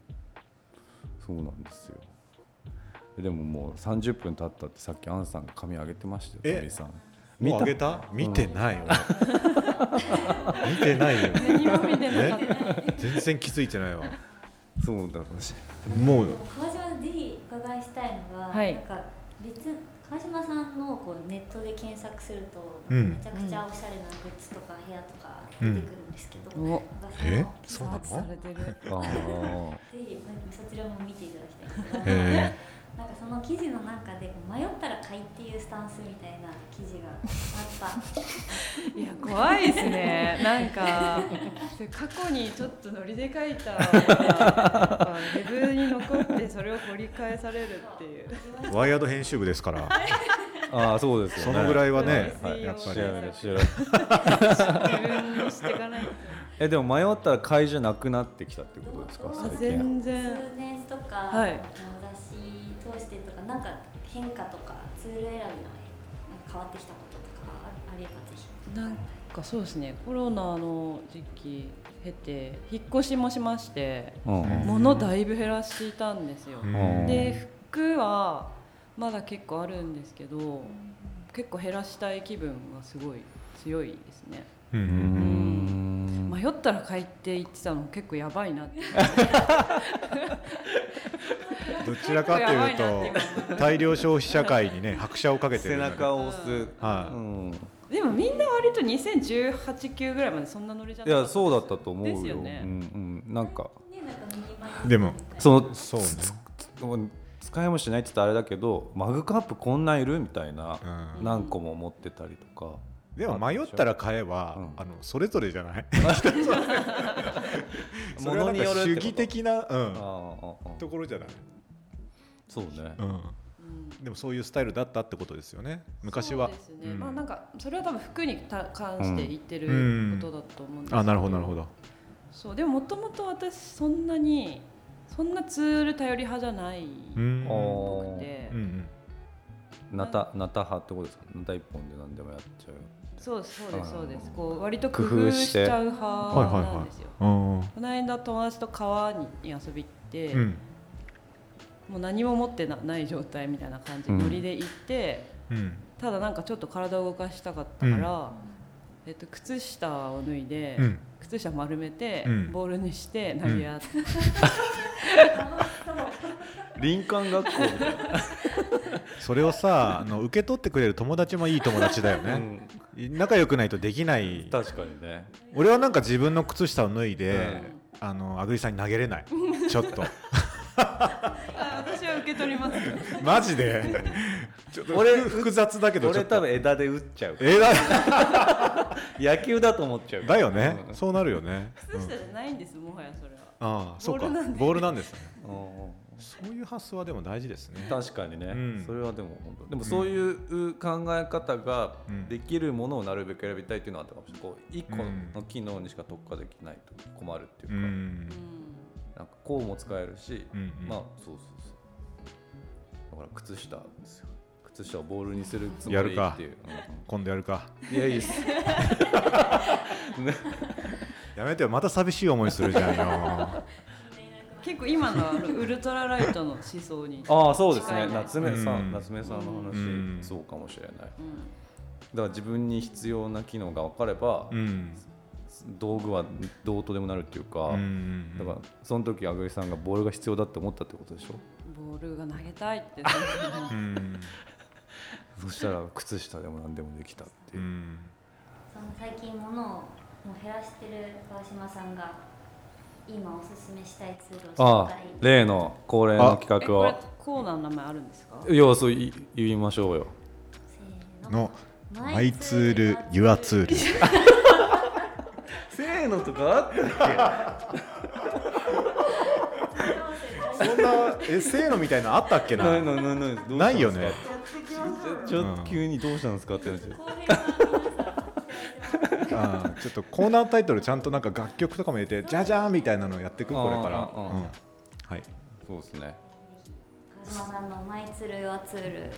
Speaker 2: そうなんですよでももう30分経ったってさっきアンさんが髪上げてましたよ
Speaker 3: え
Speaker 2: トミーさん
Speaker 3: もうあげ
Speaker 2: 見た
Speaker 3: た見てないよ、見てないよ
Speaker 4: 何も見てなかった。
Speaker 3: 全然気づいてないわ
Speaker 2: そうだ私
Speaker 3: もう
Speaker 1: 川島さんぜひお伺いしたいのが、
Speaker 4: はい
Speaker 1: なんか別川島さんのこうネットで検索すると、
Speaker 3: うん
Speaker 1: めちゃくちゃおしゃれなグッズとか部屋とか出てくるんですけど、
Speaker 4: うんお
Speaker 1: なんか
Speaker 3: え
Speaker 1: そ
Speaker 3: そうな
Speaker 1: の
Speaker 3: の
Speaker 4: 圧されてる。
Speaker 2: あー
Speaker 1: ぜひそちらも見ていただきたいんですけど
Speaker 3: え
Speaker 1: なんかその記事の中でこう迷ったら買いっていうスタンスみたいな記事があった。
Speaker 4: いや怖いですね。なんか過去にちょっとノリで書いたのがウェブに残ってそれを掘り返されるっていう。
Speaker 3: ーワイヤード編集部ですから
Speaker 2: あーそうですよ
Speaker 3: そ
Speaker 2: ね
Speaker 3: のぐらいはね
Speaker 4: そうですよ
Speaker 3: やっぱ
Speaker 2: 知
Speaker 3: り
Speaker 2: らない知らない
Speaker 4: 自分にしていかないと。
Speaker 2: えでも迷ったら買いじゃなくなってきたってことですか
Speaker 4: あ
Speaker 2: 最近
Speaker 4: 全然。
Speaker 1: 数年とか、
Speaker 4: はい
Speaker 1: あの雑誌通してとかなんか変化とかツール選びのなんか変わってきたこととかああればぜひ。
Speaker 4: なんかそうですねコロナの時期経て引っ越しもしまして
Speaker 2: うんうん
Speaker 4: 物だいぶ減らしていたんですよ、
Speaker 3: うん
Speaker 4: で服はまだ結構あるんですけど結構減らしたい気分がすごい強いですね。
Speaker 3: うんうん
Speaker 2: う
Speaker 3: うん
Speaker 2: ん
Speaker 4: 迷ったら買いって言ってたの結構やばいなって
Speaker 3: どちらかというと大量消費社会にね拍車をかけてる
Speaker 2: 背
Speaker 3: ような
Speaker 2: 中を押す、
Speaker 3: は
Speaker 2: う
Speaker 3: い
Speaker 2: ん、い
Speaker 4: でもみんな割と2018、9ぐらいまでそんなノリじゃなか
Speaker 2: や
Speaker 4: った
Speaker 2: そうだったと思うよ
Speaker 4: ですよね
Speaker 2: うんうん、なんか
Speaker 1: ねなんかミニマリスト
Speaker 3: でも
Speaker 2: その
Speaker 3: そうね
Speaker 2: 使いもしないって言ったらあれだけどマグカップこんなんいるみたいな、
Speaker 3: うん
Speaker 2: 何個も持ってたりとか
Speaker 3: でも迷ったら買えば、
Speaker 2: うん
Speaker 3: あのそれぞれじゃ ないそれは
Speaker 2: 物
Speaker 3: なん
Speaker 2: によ
Speaker 3: か
Speaker 2: るって
Speaker 3: 主
Speaker 2: こと
Speaker 3: 義的な、
Speaker 2: あ
Speaker 3: う
Speaker 2: あ
Speaker 3: ん、
Speaker 2: ああああ
Speaker 3: ところじゃない、
Speaker 2: そうね、
Speaker 4: うん
Speaker 3: でもそういうスタイルだったってことですよね昔は
Speaker 4: そうですね、
Speaker 3: うん
Speaker 4: まあなんかそれは多分服にた関して言って
Speaker 3: う
Speaker 4: る
Speaker 3: ん
Speaker 4: ことだと思うんですけ
Speaker 3: あなるほどなるほど
Speaker 4: そうでももともと私そんなにそんなツール頼り派じゃないっ
Speaker 3: うん
Speaker 2: あー
Speaker 4: ぽくて、
Speaker 3: うん
Speaker 2: なたなた派ってことですかなた一本で何でもやっちゃう
Speaker 4: そうですそうです
Speaker 2: あー
Speaker 4: そうですこう割と工
Speaker 2: 工
Speaker 4: 夫
Speaker 2: 夫
Speaker 4: し
Speaker 2: し
Speaker 4: ち
Speaker 2: て
Speaker 4: ゃう
Speaker 3: うん
Speaker 4: 派
Speaker 3: はいはい
Speaker 4: なん
Speaker 3: は
Speaker 4: ですよ、
Speaker 3: いうん
Speaker 4: この間友達と川に遊び行って、
Speaker 3: うん
Speaker 4: もう何も持ってなない状態みたいな感じ
Speaker 2: うん
Speaker 4: ノリで行って、
Speaker 3: うん
Speaker 4: ただなんかちょっと体を動かしたかったから、えっと、靴下を脱いで、
Speaker 3: うん
Speaker 4: 靴下丸めて、
Speaker 3: うん
Speaker 4: ボールにして投げ合って、
Speaker 2: 林間学校みたいな、
Speaker 3: それを さあの受け取ってくれる友達もいい友達だよ
Speaker 2: う
Speaker 3: ね、
Speaker 2: ん
Speaker 3: 仲良くないとできない
Speaker 2: 確かにね
Speaker 3: 俺はなんか自分の靴下を脱いで、あのアグリさんに投げれないちょっ と
Speaker 4: あ 私は受け取ります
Speaker 3: マジでちょっと
Speaker 2: 俺
Speaker 3: 複雑だけどちょ
Speaker 2: 俺
Speaker 3: っと
Speaker 2: 多分枝で打っちゃう
Speaker 3: えだ
Speaker 2: 野球だと思っちゃう
Speaker 3: だよね、
Speaker 2: うん
Speaker 3: そうなるよね、
Speaker 4: 靴下じゃないんですもはやそれは。
Speaker 3: ああそうか
Speaker 4: ボールなんで
Speaker 3: ボールなんですね
Speaker 2: うんうん
Speaker 3: そういう発想はでも大事ですね
Speaker 2: 確かにね、
Speaker 3: うん
Speaker 2: それはでも本当でもそういう考え方ができるものをなるべく選びたいっていうのはあったかもしれないこう一個の機能にしか特化できないと困るっていう
Speaker 3: う
Speaker 2: か、
Speaker 3: ん
Speaker 2: なんかこうも使えるし、
Speaker 3: うんうん
Speaker 2: まあそうそうそうだから靴下ですよ靴下をボールにするつも
Speaker 3: や
Speaker 2: り
Speaker 3: る
Speaker 2: っ
Speaker 3: か
Speaker 2: ていう、
Speaker 3: 今度やるか
Speaker 2: うんいやいいっす
Speaker 3: やめてよまた寂しい思いするじゃん よ
Speaker 4: 結構今のあのウルトラライトの思想に、
Speaker 2: ああそうです
Speaker 4: 近
Speaker 2: ね
Speaker 4: いね
Speaker 2: 夏目さん、
Speaker 3: うん
Speaker 2: 夏目さんの話、
Speaker 3: うん
Speaker 2: そうかもしれないだか
Speaker 4: うん
Speaker 2: ら自分に必要な機能が分かれば、
Speaker 3: うん
Speaker 2: 道具はどうとでもなるっていうか、
Speaker 3: うん
Speaker 2: だからその時あぐりさんがボールが必要だって思ったってことでしょ
Speaker 4: ボールが投げたいって
Speaker 3: うん
Speaker 2: そした ら靴下でも何でもできたって
Speaker 3: う
Speaker 2: いう、
Speaker 3: ん
Speaker 1: その最近物をもう減らしてる川島さんが今おすすめしたいツールを
Speaker 2: あ
Speaker 1: 紹
Speaker 2: あ
Speaker 1: 介
Speaker 2: 例の恒例の企画
Speaker 4: えこれ
Speaker 2: を
Speaker 4: コーナーの名前あるんですか
Speaker 2: 要素い言いましょうよ
Speaker 1: せーの
Speaker 3: のマイツールユアツール
Speaker 2: せーのとか
Speaker 3: そんなえせーのみたいなのあったっけ
Speaker 2: な
Speaker 3: ない
Speaker 2: ないないないどうしたんですか
Speaker 3: ないよね
Speaker 2: ちょっと急にどうしたんですかって話
Speaker 1: 後編は
Speaker 3: ああちょっとコーナータイトルちゃんとなんか楽曲とかも入れてじゃじゃーんみたいなのやってくこれから
Speaker 2: ああああ
Speaker 3: うんはい
Speaker 2: そうですね
Speaker 1: 川島さんのマイツールユアツール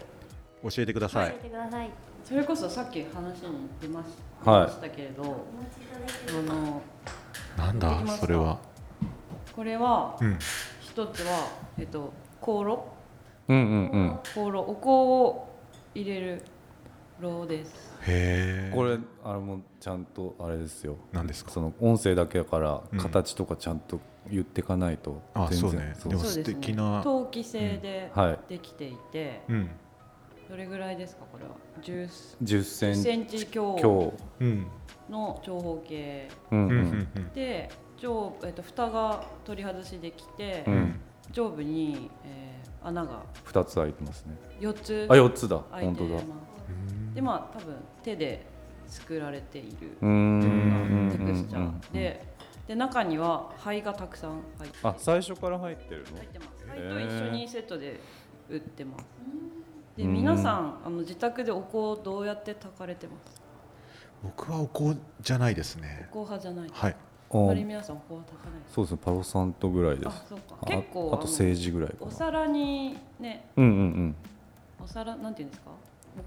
Speaker 3: 教えてくだ
Speaker 1: 教
Speaker 3: さ
Speaker 1: え
Speaker 3: い
Speaker 1: てください、
Speaker 4: それこそさっき話に出まし
Speaker 2: はい
Speaker 4: ましたけれど、
Speaker 1: お持ちいただいてる
Speaker 4: あ
Speaker 3: な
Speaker 4: の
Speaker 3: ん
Speaker 4: でき
Speaker 3: だ
Speaker 4: ます
Speaker 3: そ
Speaker 4: か
Speaker 3: れは
Speaker 4: これは
Speaker 3: うん
Speaker 4: 一つは、えっと、香炉
Speaker 2: うんうん
Speaker 4: 香炉お香を入れる炉です
Speaker 2: う
Speaker 3: へえ
Speaker 2: んこれあれもちゃんとあれですよ
Speaker 3: なんですか
Speaker 2: その音声だけだから
Speaker 3: うん
Speaker 2: 形とかちゃんと言ってかないと
Speaker 3: あ
Speaker 2: 全然
Speaker 3: そうねでも
Speaker 4: そうです
Speaker 3: 素敵な
Speaker 4: 陶器製で
Speaker 2: うんはい
Speaker 4: できていて、
Speaker 3: うん
Speaker 4: どれぐらいですかこれは10
Speaker 2: 10センチ
Speaker 4: センチ強
Speaker 2: 強
Speaker 3: うん
Speaker 4: の長方形
Speaker 2: うんう
Speaker 3: う
Speaker 2: ん
Speaker 3: うんんうん
Speaker 4: で上、えっと、蓋が取り外しできて、
Speaker 2: うん
Speaker 4: 上部に、えー穴が
Speaker 2: 2つ開いてますね
Speaker 4: 4つ
Speaker 2: あ4つだ
Speaker 4: 開い
Speaker 2: 本
Speaker 4: て
Speaker 2: 当だ
Speaker 4: ま
Speaker 2: う
Speaker 4: すでまあ多分手で作られている
Speaker 2: ーんう
Speaker 4: よう
Speaker 2: んうん
Speaker 4: なテクスチ
Speaker 2: う
Speaker 4: ャ
Speaker 2: ん
Speaker 4: ーでで中には灰がたくさん入って
Speaker 2: あ最初から入ってる
Speaker 4: 入ってます
Speaker 2: へ
Speaker 4: 灰
Speaker 2: ー
Speaker 4: と一緒にセットで売ってますで
Speaker 2: うん
Speaker 4: 皆さんあの自宅でお香をどうやって炊かれてます
Speaker 3: 僕はお香じゃないですね
Speaker 4: お香派じゃない
Speaker 3: はい
Speaker 4: あま
Speaker 2: の
Speaker 4: り皆さんお香は炊かないです
Speaker 2: そうですねパロサントぐらいです
Speaker 4: あそうか
Speaker 2: あ
Speaker 4: 結構
Speaker 2: あと
Speaker 4: あの
Speaker 2: 政治ぐらいか
Speaker 4: お
Speaker 2: な
Speaker 4: 皿にね
Speaker 2: うんうん
Speaker 4: お皿なんていうんですか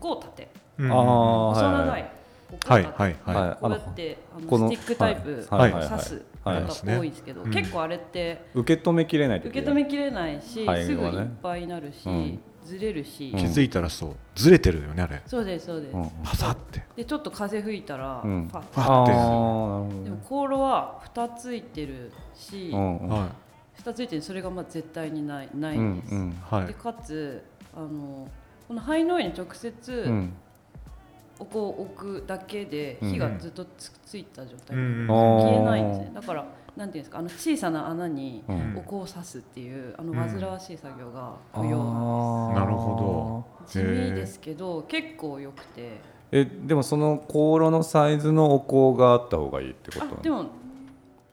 Speaker 4: お香立て
Speaker 2: う
Speaker 3: うんん
Speaker 2: ああ
Speaker 4: お
Speaker 2: は
Speaker 4: 皿
Speaker 2: い
Speaker 4: な
Speaker 2: はい
Speaker 4: いお香
Speaker 3: はい
Speaker 4: 立て
Speaker 3: はい
Speaker 2: い
Speaker 3: は
Speaker 4: こうやってあ
Speaker 2: こ
Speaker 4: の
Speaker 2: の
Speaker 4: スティックタイプ
Speaker 2: はい
Speaker 4: 刺
Speaker 3: はい
Speaker 4: す
Speaker 2: はいはい
Speaker 4: 方多いんですけど、
Speaker 3: はい
Speaker 4: 結構あれって
Speaker 2: 受け止めきれないと
Speaker 4: 受
Speaker 2: いけ
Speaker 4: け止
Speaker 2: ない
Speaker 4: めきれないし、
Speaker 2: はい
Speaker 4: すぐい
Speaker 2: は
Speaker 4: っ
Speaker 2: ね
Speaker 4: ぱいになるし、
Speaker 2: うん
Speaker 4: ずれるし、
Speaker 2: うん
Speaker 3: 気づいたらそうずれてるよねあれ
Speaker 4: そうですそうです、
Speaker 2: うん
Speaker 3: パサって
Speaker 4: でちょっと風吹いたら、
Speaker 2: うん
Speaker 4: パッ
Speaker 3: パ
Speaker 2: あ
Speaker 3: っ
Speaker 2: あ
Speaker 3: て
Speaker 2: なるほど
Speaker 4: でも香炉は蓋ついてるし、
Speaker 2: うんうん
Speaker 3: は
Speaker 4: 蓋ついてるそれがまあ絶対にないない
Speaker 2: うん
Speaker 4: んです、
Speaker 2: うん
Speaker 3: いは
Speaker 4: で
Speaker 3: い
Speaker 4: かつあのこの灰の上に直
Speaker 2: う
Speaker 4: 接
Speaker 2: ん
Speaker 4: お香を置くだけで
Speaker 2: うん
Speaker 4: 火がずっとつ,、ついた状態、
Speaker 3: うん
Speaker 2: あー
Speaker 4: 消えないんですねだからなんていうんですかあの小さな穴に
Speaker 2: うん
Speaker 4: お香を刺すっていうあ
Speaker 3: う
Speaker 4: の
Speaker 3: ん
Speaker 4: 煩わしい作業が
Speaker 2: あ
Speaker 4: 不要なん
Speaker 2: ー
Speaker 3: なるほ
Speaker 4: です、地味ですけど結構良くて
Speaker 2: えでもその香炉のサイズのお香があった方がいいってことな
Speaker 4: あ
Speaker 2: の
Speaker 4: でも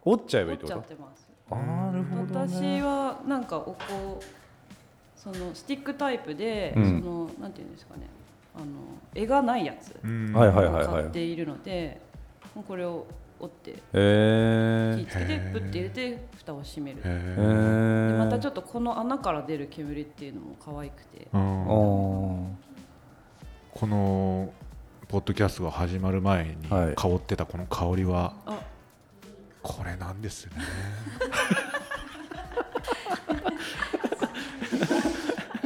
Speaker 2: 折っちゃえばい
Speaker 4: 取
Speaker 2: いっ
Speaker 4: ってちゃ
Speaker 2: こ
Speaker 4: ってます
Speaker 2: となるほど、ね、
Speaker 4: 私はなんかお香そのスティックタイプで、
Speaker 2: うん
Speaker 4: そのなんていうんですかねあの絵がないやつ
Speaker 3: うん
Speaker 2: はいはい
Speaker 4: を買っているので、もうこれを折って
Speaker 2: え
Speaker 4: 火
Speaker 2: ー
Speaker 4: つけて
Speaker 3: へー
Speaker 4: プッて入れて蓋を閉める
Speaker 3: へ
Speaker 2: え
Speaker 3: ー
Speaker 4: で
Speaker 2: ー、
Speaker 4: またち
Speaker 2: ょっ
Speaker 4: ょっとこの穴から出る煙っていうのも可愛くて
Speaker 3: うんこのポッドキャストが始まる前に
Speaker 2: はい
Speaker 3: 香ってたこの香りは
Speaker 4: あ
Speaker 3: これなんです ね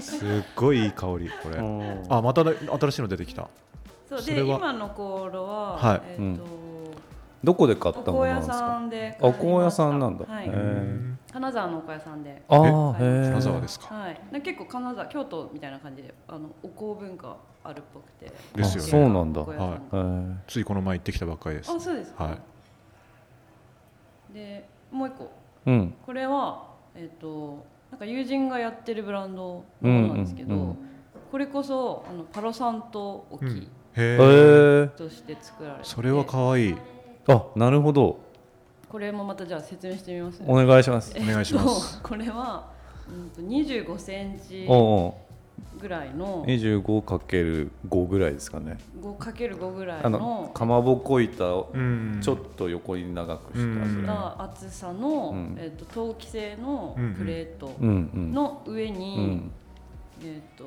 Speaker 3: すっごいいい香りこれあまたね新しいの出てきた
Speaker 4: そう
Speaker 3: そ
Speaker 4: で
Speaker 3: れは
Speaker 4: 今の香炉は、
Speaker 3: はい
Speaker 4: えーと
Speaker 2: どこで買っ
Speaker 4: お
Speaker 2: たもの
Speaker 4: 香
Speaker 2: なん
Speaker 4: 屋
Speaker 2: です
Speaker 4: さ
Speaker 2: か
Speaker 4: んで
Speaker 2: あ
Speaker 4: 買
Speaker 2: お
Speaker 4: いました
Speaker 2: 香屋さんなんだ、
Speaker 4: は
Speaker 2: へ
Speaker 4: い、
Speaker 2: ー
Speaker 4: 金沢のお香屋さんで
Speaker 2: あー
Speaker 4: え
Speaker 2: へー
Speaker 3: 金沢ですか
Speaker 4: はい、なんか結構金沢京都みたいな感じであのお香文化あるっぽくて
Speaker 3: ですよね
Speaker 2: あそうなんだ
Speaker 4: お香屋さん
Speaker 2: へー
Speaker 3: ついこの前行ってきたばっかりです
Speaker 4: あそうですか、
Speaker 3: は
Speaker 4: でもう一個
Speaker 2: うん
Speaker 4: これはえっ、となんか友人がやってるブランドのものなんですけど、
Speaker 2: うんうんうん
Speaker 4: これこそあのパロサント置き
Speaker 3: へ
Speaker 2: え
Speaker 3: え
Speaker 2: ー、
Speaker 4: として作られて、
Speaker 3: それは可愛い
Speaker 2: あなるほど
Speaker 4: これもまたじゃあ説明してみますね
Speaker 2: お願いします
Speaker 3: お願いします
Speaker 4: えっ とこれは、うん、と25センチ
Speaker 2: おう
Speaker 4: ぐらい
Speaker 2: お
Speaker 4: の
Speaker 2: う 25×5 ぐらいですかね
Speaker 4: 5×5 ぐらい
Speaker 2: あの
Speaker 4: の
Speaker 2: かまぼこ板を
Speaker 3: うん
Speaker 2: ちょっと横に長くした
Speaker 3: うん
Speaker 2: ぐらい
Speaker 4: 厚さの、
Speaker 2: うん
Speaker 4: えっと陶器製の
Speaker 3: うんうん
Speaker 4: プレート
Speaker 2: うんうん
Speaker 4: の上に、
Speaker 2: うん
Speaker 4: えっと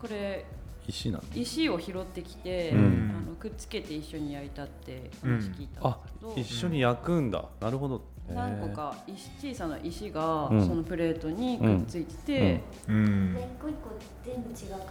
Speaker 4: これ
Speaker 2: 石なんだ
Speaker 4: 石を拾ってきて、
Speaker 2: うん
Speaker 4: あのくっつけて一緒に焼いたって話聞いたん
Speaker 2: あ
Speaker 4: ですけど、
Speaker 2: 一緒に焼くんだなるほど
Speaker 4: 何個か石小さな石が
Speaker 2: うん
Speaker 4: そのプレートにくっついてて、
Speaker 2: うん
Speaker 3: うん
Speaker 1: 一個一個全部違う形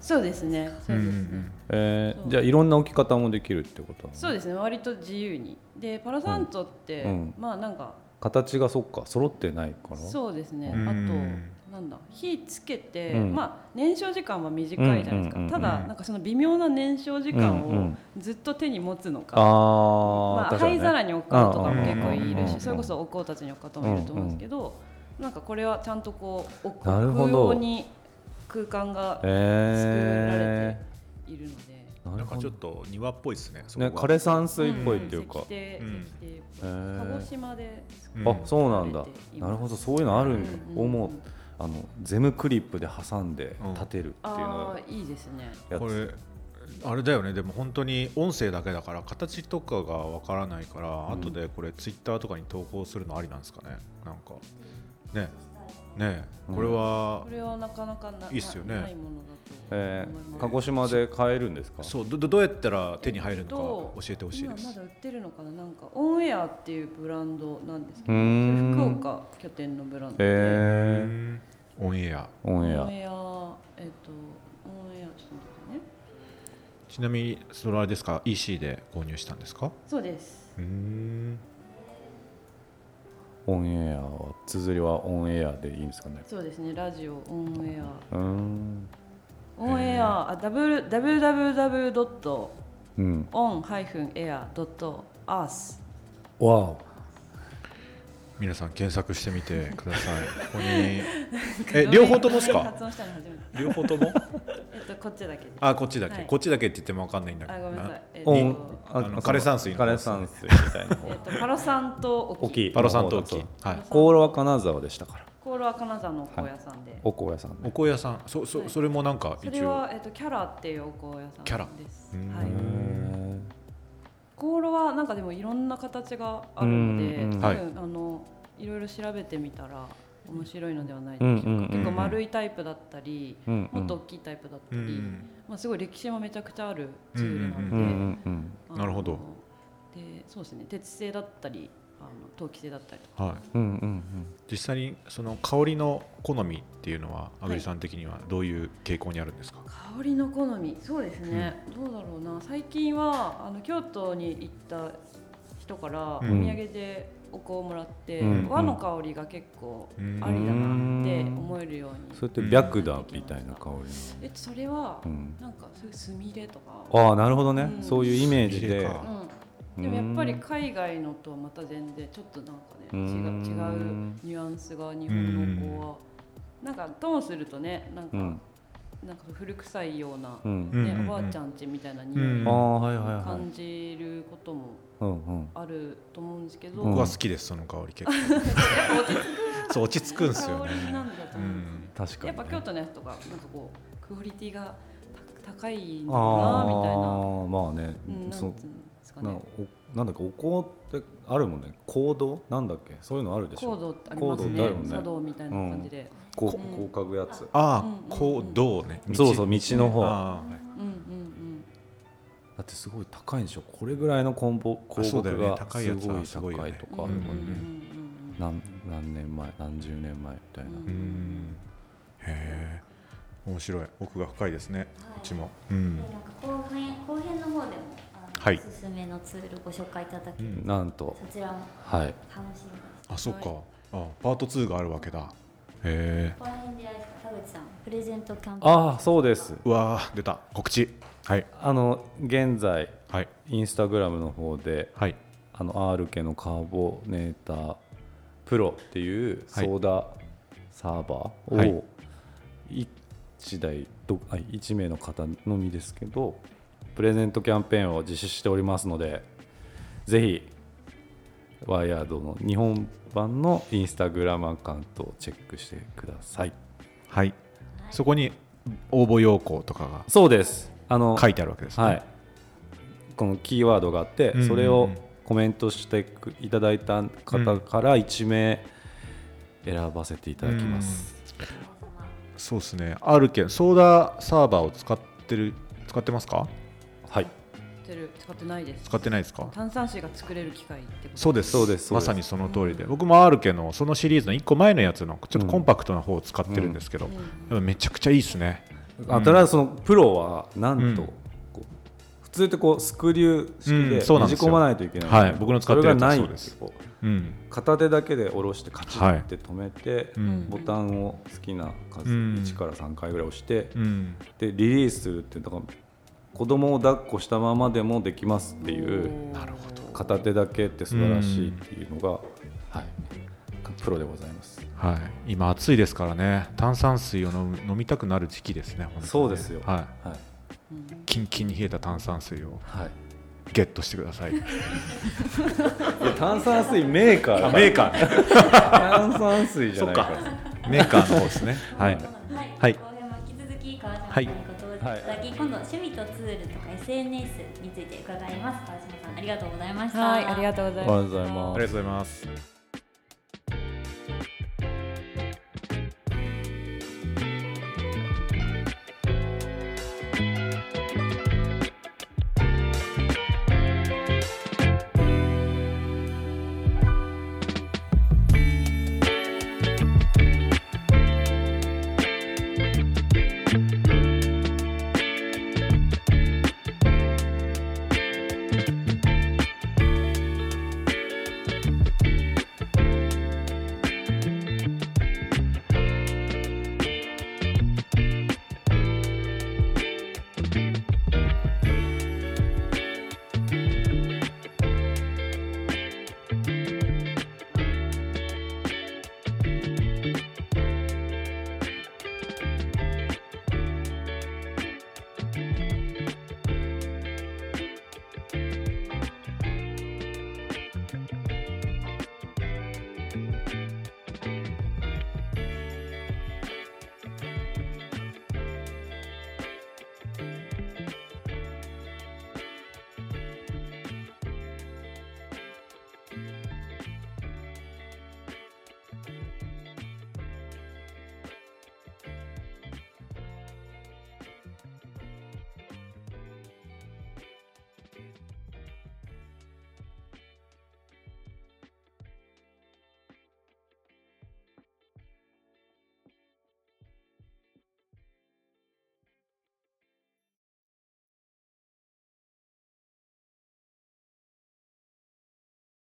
Speaker 4: そうですね
Speaker 3: う
Speaker 4: そ
Speaker 3: ん
Speaker 4: う
Speaker 3: う
Speaker 4: ですね、
Speaker 3: ん
Speaker 2: え
Speaker 4: そ
Speaker 2: ー、
Speaker 4: う
Speaker 2: じゃあいろんな置き方もできるってこと
Speaker 4: そうですね割と自由にでパラサントって、
Speaker 2: うん
Speaker 4: まあなんか
Speaker 2: 形がそっか揃ってないから
Speaker 4: そうですね、
Speaker 3: うん
Speaker 4: あとなんだ火つけて、
Speaker 2: うん
Speaker 4: まあ燃焼時間は短いじゃないですか、
Speaker 2: うんうんうんうん
Speaker 4: ただなんかその微妙な燃焼時間
Speaker 2: うんう
Speaker 4: を
Speaker 2: ん
Speaker 4: ずっと手に持つのか、
Speaker 2: あー、
Speaker 4: まあ、
Speaker 2: 確かに
Speaker 4: 灰
Speaker 2: ね
Speaker 4: 皿に置くこととかも結構い
Speaker 3: うんうん
Speaker 4: る
Speaker 3: うんう
Speaker 4: し
Speaker 3: ん
Speaker 4: それこそお香たちに置く方もいると思うんですけど、なんかこれはちゃんとこう置く
Speaker 2: なるほ
Speaker 4: 空
Speaker 2: ど
Speaker 4: 用に空間が
Speaker 2: え
Speaker 4: いるので、
Speaker 2: ー、
Speaker 3: なんかちょっ
Speaker 2: と
Speaker 3: と庭っぽいですねそこ
Speaker 2: ね
Speaker 3: が
Speaker 2: 枯山水っぽいっていうか
Speaker 4: 石、庭
Speaker 3: うん
Speaker 4: 石庭
Speaker 2: へー
Speaker 4: 鹿児島で作
Speaker 3: うん
Speaker 2: あそうなんだ
Speaker 4: 作られていま
Speaker 2: な
Speaker 4: す
Speaker 2: るほどそういうのあるんだ、
Speaker 4: うんうんうん
Speaker 2: 思うあのゼムクリップで挟んで立てるっていうのを
Speaker 4: ああいいですね
Speaker 2: やつ
Speaker 3: これあれだよねでも本当に音声だけだから形とかがわからないから、後でこれツイッターとかに投稿するのありなんですかねなんかねね
Speaker 2: うん
Speaker 3: これは
Speaker 4: こ、れはなかなかない
Speaker 3: いっすよね
Speaker 4: ないものだ
Speaker 2: え
Speaker 4: と思います
Speaker 2: ー、鹿児島で買えるんですか
Speaker 3: そうどどどうやったら手に入るのか
Speaker 4: え
Speaker 3: 教え
Speaker 4: っと
Speaker 3: てほしいで
Speaker 4: 今ますだ売ってるのかななんかオンエアっていうブランドなんですけど
Speaker 2: うーん
Speaker 4: それ福岡拠点のブランドで、
Speaker 3: う
Speaker 2: え
Speaker 3: んオンエア
Speaker 2: ー、オンエ
Speaker 4: オン
Speaker 2: ア
Speaker 4: エアえっ、とオンエアちょっと待ってね
Speaker 3: ちなみにそれあれですか EC で購入したんですか
Speaker 4: そうです
Speaker 3: うん
Speaker 2: オンエアは綴りはオンエアでいいんですかね
Speaker 4: そうですねラジオオンエア
Speaker 2: うーん
Speaker 4: オンエアあ w www
Speaker 2: うん
Speaker 4: オン -air.earth
Speaker 2: わお
Speaker 3: 皆さん検索してみてくださ いここにえ両方ともですか
Speaker 4: 発音したの初めて
Speaker 3: 両方とも
Speaker 4: えっとこっちだけです
Speaker 3: あこっちだけ、
Speaker 4: はい
Speaker 3: こっちだけって言ってもわかんないんだけ
Speaker 4: あ
Speaker 3: ど
Speaker 4: ごめんなさいえっ
Speaker 2: オン
Speaker 4: と
Speaker 3: あの枯山水の
Speaker 2: 枯
Speaker 3: 方
Speaker 2: 山水みたいな
Speaker 4: えっ
Speaker 2: 方
Speaker 4: とパロさんと沖
Speaker 2: 大きい
Speaker 3: パロさんと
Speaker 2: そう
Speaker 3: きはい
Speaker 2: 香炉は金沢でしたから
Speaker 4: コールは金沢のお香屋さんで、
Speaker 2: お香屋さん
Speaker 3: お
Speaker 2: で
Speaker 3: 香屋さん、そそ
Speaker 4: はい
Speaker 3: それもなんか
Speaker 4: そ
Speaker 3: 一
Speaker 4: れ
Speaker 3: 応
Speaker 4: は、えっとキャラっていうお香屋さん
Speaker 3: キャラ
Speaker 4: です
Speaker 3: うーん
Speaker 4: はい
Speaker 2: へ
Speaker 4: コールはなんかでもいろんな形があるので、
Speaker 2: うんうん
Speaker 4: 多
Speaker 3: はい
Speaker 4: 分あのいろいろ調べてみたら面白いのではないで
Speaker 2: ーう
Speaker 4: しょ
Speaker 2: んうん
Speaker 4: うか、
Speaker 2: うん
Speaker 4: 結構丸いタイプだったり、
Speaker 2: うんうん
Speaker 4: もっと大きいタイプだった
Speaker 3: う
Speaker 4: り、
Speaker 3: ん
Speaker 4: まあ、すごい歴史もめちゃくちゃあるジュエルなので、
Speaker 2: うんうんうん
Speaker 4: あの
Speaker 3: なるほど
Speaker 4: でそうですね鉄製だったりあの陶器製だったりとか
Speaker 3: はい
Speaker 2: うんうん
Speaker 3: 実際にその香りの好みっていうのは阿部さん的にはどういう傾向にあるんですか、
Speaker 4: 香りの好みそうですね、どうだろうな最近はあの京都に行った人からお
Speaker 3: う
Speaker 4: 土
Speaker 3: ん
Speaker 4: 産でお香をもらって、
Speaker 2: うん
Speaker 4: 和の香りが結構ありだなって思えるように、
Speaker 2: うんそれって白だみたいな香り
Speaker 4: えっとそれは、
Speaker 2: うん
Speaker 4: なんかそういうスミレとか、
Speaker 2: ああなるほどね、
Speaker 4: うん
Speaker 2: そういうイメージで
Speaker 3: そうか
Speaker 4: うん、でもやっぱり海外のとはまた全然ちょっとなんかね
Speaker 2: う
Speaker 4: 違
Speaker 2: ん
Speaker 4: う違うニュアンスが日本の子はなんかともするとねなんか、
Speaker 2: うん
Speaker 4: なんか古臭いような
Speaker 2: う、ん、
Speaker 3: う
Speaker 4: ね
Speaker 3: んうんうん
Speaker 4: おばあちゃんちみたいな匂
Speaker 3: う
Speaker 4: い
Speaker 3: ん
Speaker 2: ああはいはいはい
Speaker 4: 感じることも
Speaker 2: うんうん
Speaker 4: あると思うんですけど、
Speaker 2: うん
Speaker 3: 僕
Speaker 4: や
Speaker 3: は
Speaker 4: っ
Speaker 3: 好きですその香り結構
Speaker 4: ぱ落ち着
Speaker 3: そう落ち着くん
Speaker 4: く
Speaker 3: ですよ
Speaker 4: 香り
Speaker 3: ね
Speaker 4: なんだ
Speaker 3: う
Speaker 4: と思うんですよ
Speaker 3: ん
Speaker 2: 確か
Speaker 4: や
Speaker 2: に
Speaker 4: っ
Speaker 2: ね、
Speaker 4: ぱ京都のやつとかなんかこうクオリティがた高いんだ
Speaker 2: あーまあね、
Speaker 4: なみたいな、うん、なんつう
Speaker 2: そ
Speaker 4: んですか
Speaker 2: な
Speaker 4: ね
Speaker 2: おなんだっけお香ってあるもんね行動なんだっけそういうのあるでし
Speaker 4: コ
Speaker 2: ょ
Speaker 4: ードってあります
Speaker 2: コードだよね
Speaker 4: ね茶道みたいな感じで、
Speaker 2: こ
Speaker 4: う
Speaker 2: うんこう嗅ぐやつ
Speaker 3: あ
Speaker 4: うんうんうん
Speaker 3: あこうどうね
Speaker 2: そうそう道の方だ
Speaker 3: あー
Speaker 4: うん、うんうん
Speaker 2: ってすごい高いんでしょこれぐらいのコンボ香
Speaker 3: そうだ
Speaker 2: 木
Speaker 3: よね
Speaker 2: が
Speaker 3: 高い
Speaker 2: す
Speaker 3: やつ
Speaker 2: ごい
Speaker 3: は
Speaker 2: 高
Speaker 3: すごいよね
Speaker 2: いとかあ
Speaker 4: うんう
Speaker 2: る
Speaker 4: ん
Speaker 2: もね
Speaker 4: うんんうん
Speaker 2: 何何年前何十年前みたいな、
Speaker 4: うん
Speaker 3: うんへえ面白い奥が深いですね
Speaker 1: はいう
Speaker 3: ちもうん
Speaker 1: なんか後編後編の方でもあの
Speaker 3: はい
Speaker 1: おすすめのツールご紹介いただき、
Speaker 3: うん
Speaker 2: なんと
Speaker 1: そちらも
Speaker 2: はい
Speaker 1: 楽しみです。
Speaker 3: あそっかあパート2があるわけだへえ
Speaker 1: ここら辺であれですか田口さんプレゼントキャンペーン。
Speaker 2: ああそうです
Speaker 3: うわー出た告知はい
Speaker 2: あの現在
Speaker 3: はい
Speaker 2: インスタグラムの方で
Speaker 3: はい
Speaker 2: あの R 系のカーボネータープロっていうソ
Speaker 3: はい
Speaker 2: ーダサーバ
Speaker 3: は
Speaker 2: ー
Speaker 3: い
Speaker 2: を1台どあ1名の方のみですけどプレゼントキャンペーンを実施しておりますのでぜひワイヤードの日本版のインスタグラムアカウントをチェックしてください
Speaker 3: はいそこに応募要項とか
Speaker 2: そうですあの
Speaker 3: が書いてあるわけですね
Speaker 2: はい、このキーワードがあって、
Speaker 3: うんうんうん
Speaker 2: それをコメントしてくいただいた方から1名選ばせていただきます。
Speaker 3: そうですねあるけんソーダサーバーを使ってる使ってますか
Speaker 2: はい、
Speaker 4: 使ってる使ってないです
Speaker 3: 使ってないですか
Speaker 4: 炭酸水が作れる機械ってこと
Speaker 3: そうです
Speaker 2: そうですそう
Speaker 3: ま
Speaker 2: です
Speaker 3: さにその通りで僕もあるけどそのシリーズの1個前のやつのちょっとコンパクトな方を使ってるんですけど、やっぱめちゃくちゃいいですね
Speaker 2: あただそのプロはなんと、
Speaker 3: うん
Speaker 2: こう普通ってこうスクリュー式
Speaker 3: うん
Speaker 2: で
Speaker 3: そうな
Speaker 2: ねじ
Speaker 3: んです
Speaker 2: 込
Speaker 3: よ
Speaker 2: まないといけない、
Speaker 3: はい僕の使って
Speaker 2: それ
Speaker 3: るや
Speaker 2: が
Speaker 3: つは
Speaker 2: ない
Speaker 3: そうです
Speaker 2: こう
Speaker 3: うん
Speaker 2: 片手だけで下ろしてカチッって止めて、
Speaker 3: うん
Speaker 2: ボタンを好きな数
Speaker 3: うん
Speaker 2: 1から3回ぐらい押して、
Speaker 3: うん
Speaker 2: でリリースするってだから子供を抱っこしたままでもできますっていう。
Speaker 4: なるほど
Speaker 2: 片手だけって素晴らしいっていうのが、はい、プロでございます。
Speaker 3: はい、今暑いですからね炭酸水を飲む飲みたくなる時期ですね本当にね
Speaker 2: そうですよ
Speaker 3: は
Speaker 2: はい、
Speaker 3: い、キンキンに冷えた炭酸水を
Speaker 2: はい、
Speaker 3: ゲットしてください
Speaker 2: 炭酸水メーカー
Speaker 3: メーカー
Speaker 2: 炭酸水じゃないから。
Speaker 3: メーカーの方です ねはい
Speaker 1: はい、
Speaker 3: はい
Speaker 1: 後編も引き続き川島さんにご登場いただき、今度趣味とツールとか SNS について伺います川島さんありがとうございました
Speaker 4: はいありがとうございます
Speaker 2: ありがとうございます
Speaker 3: ありがとうございます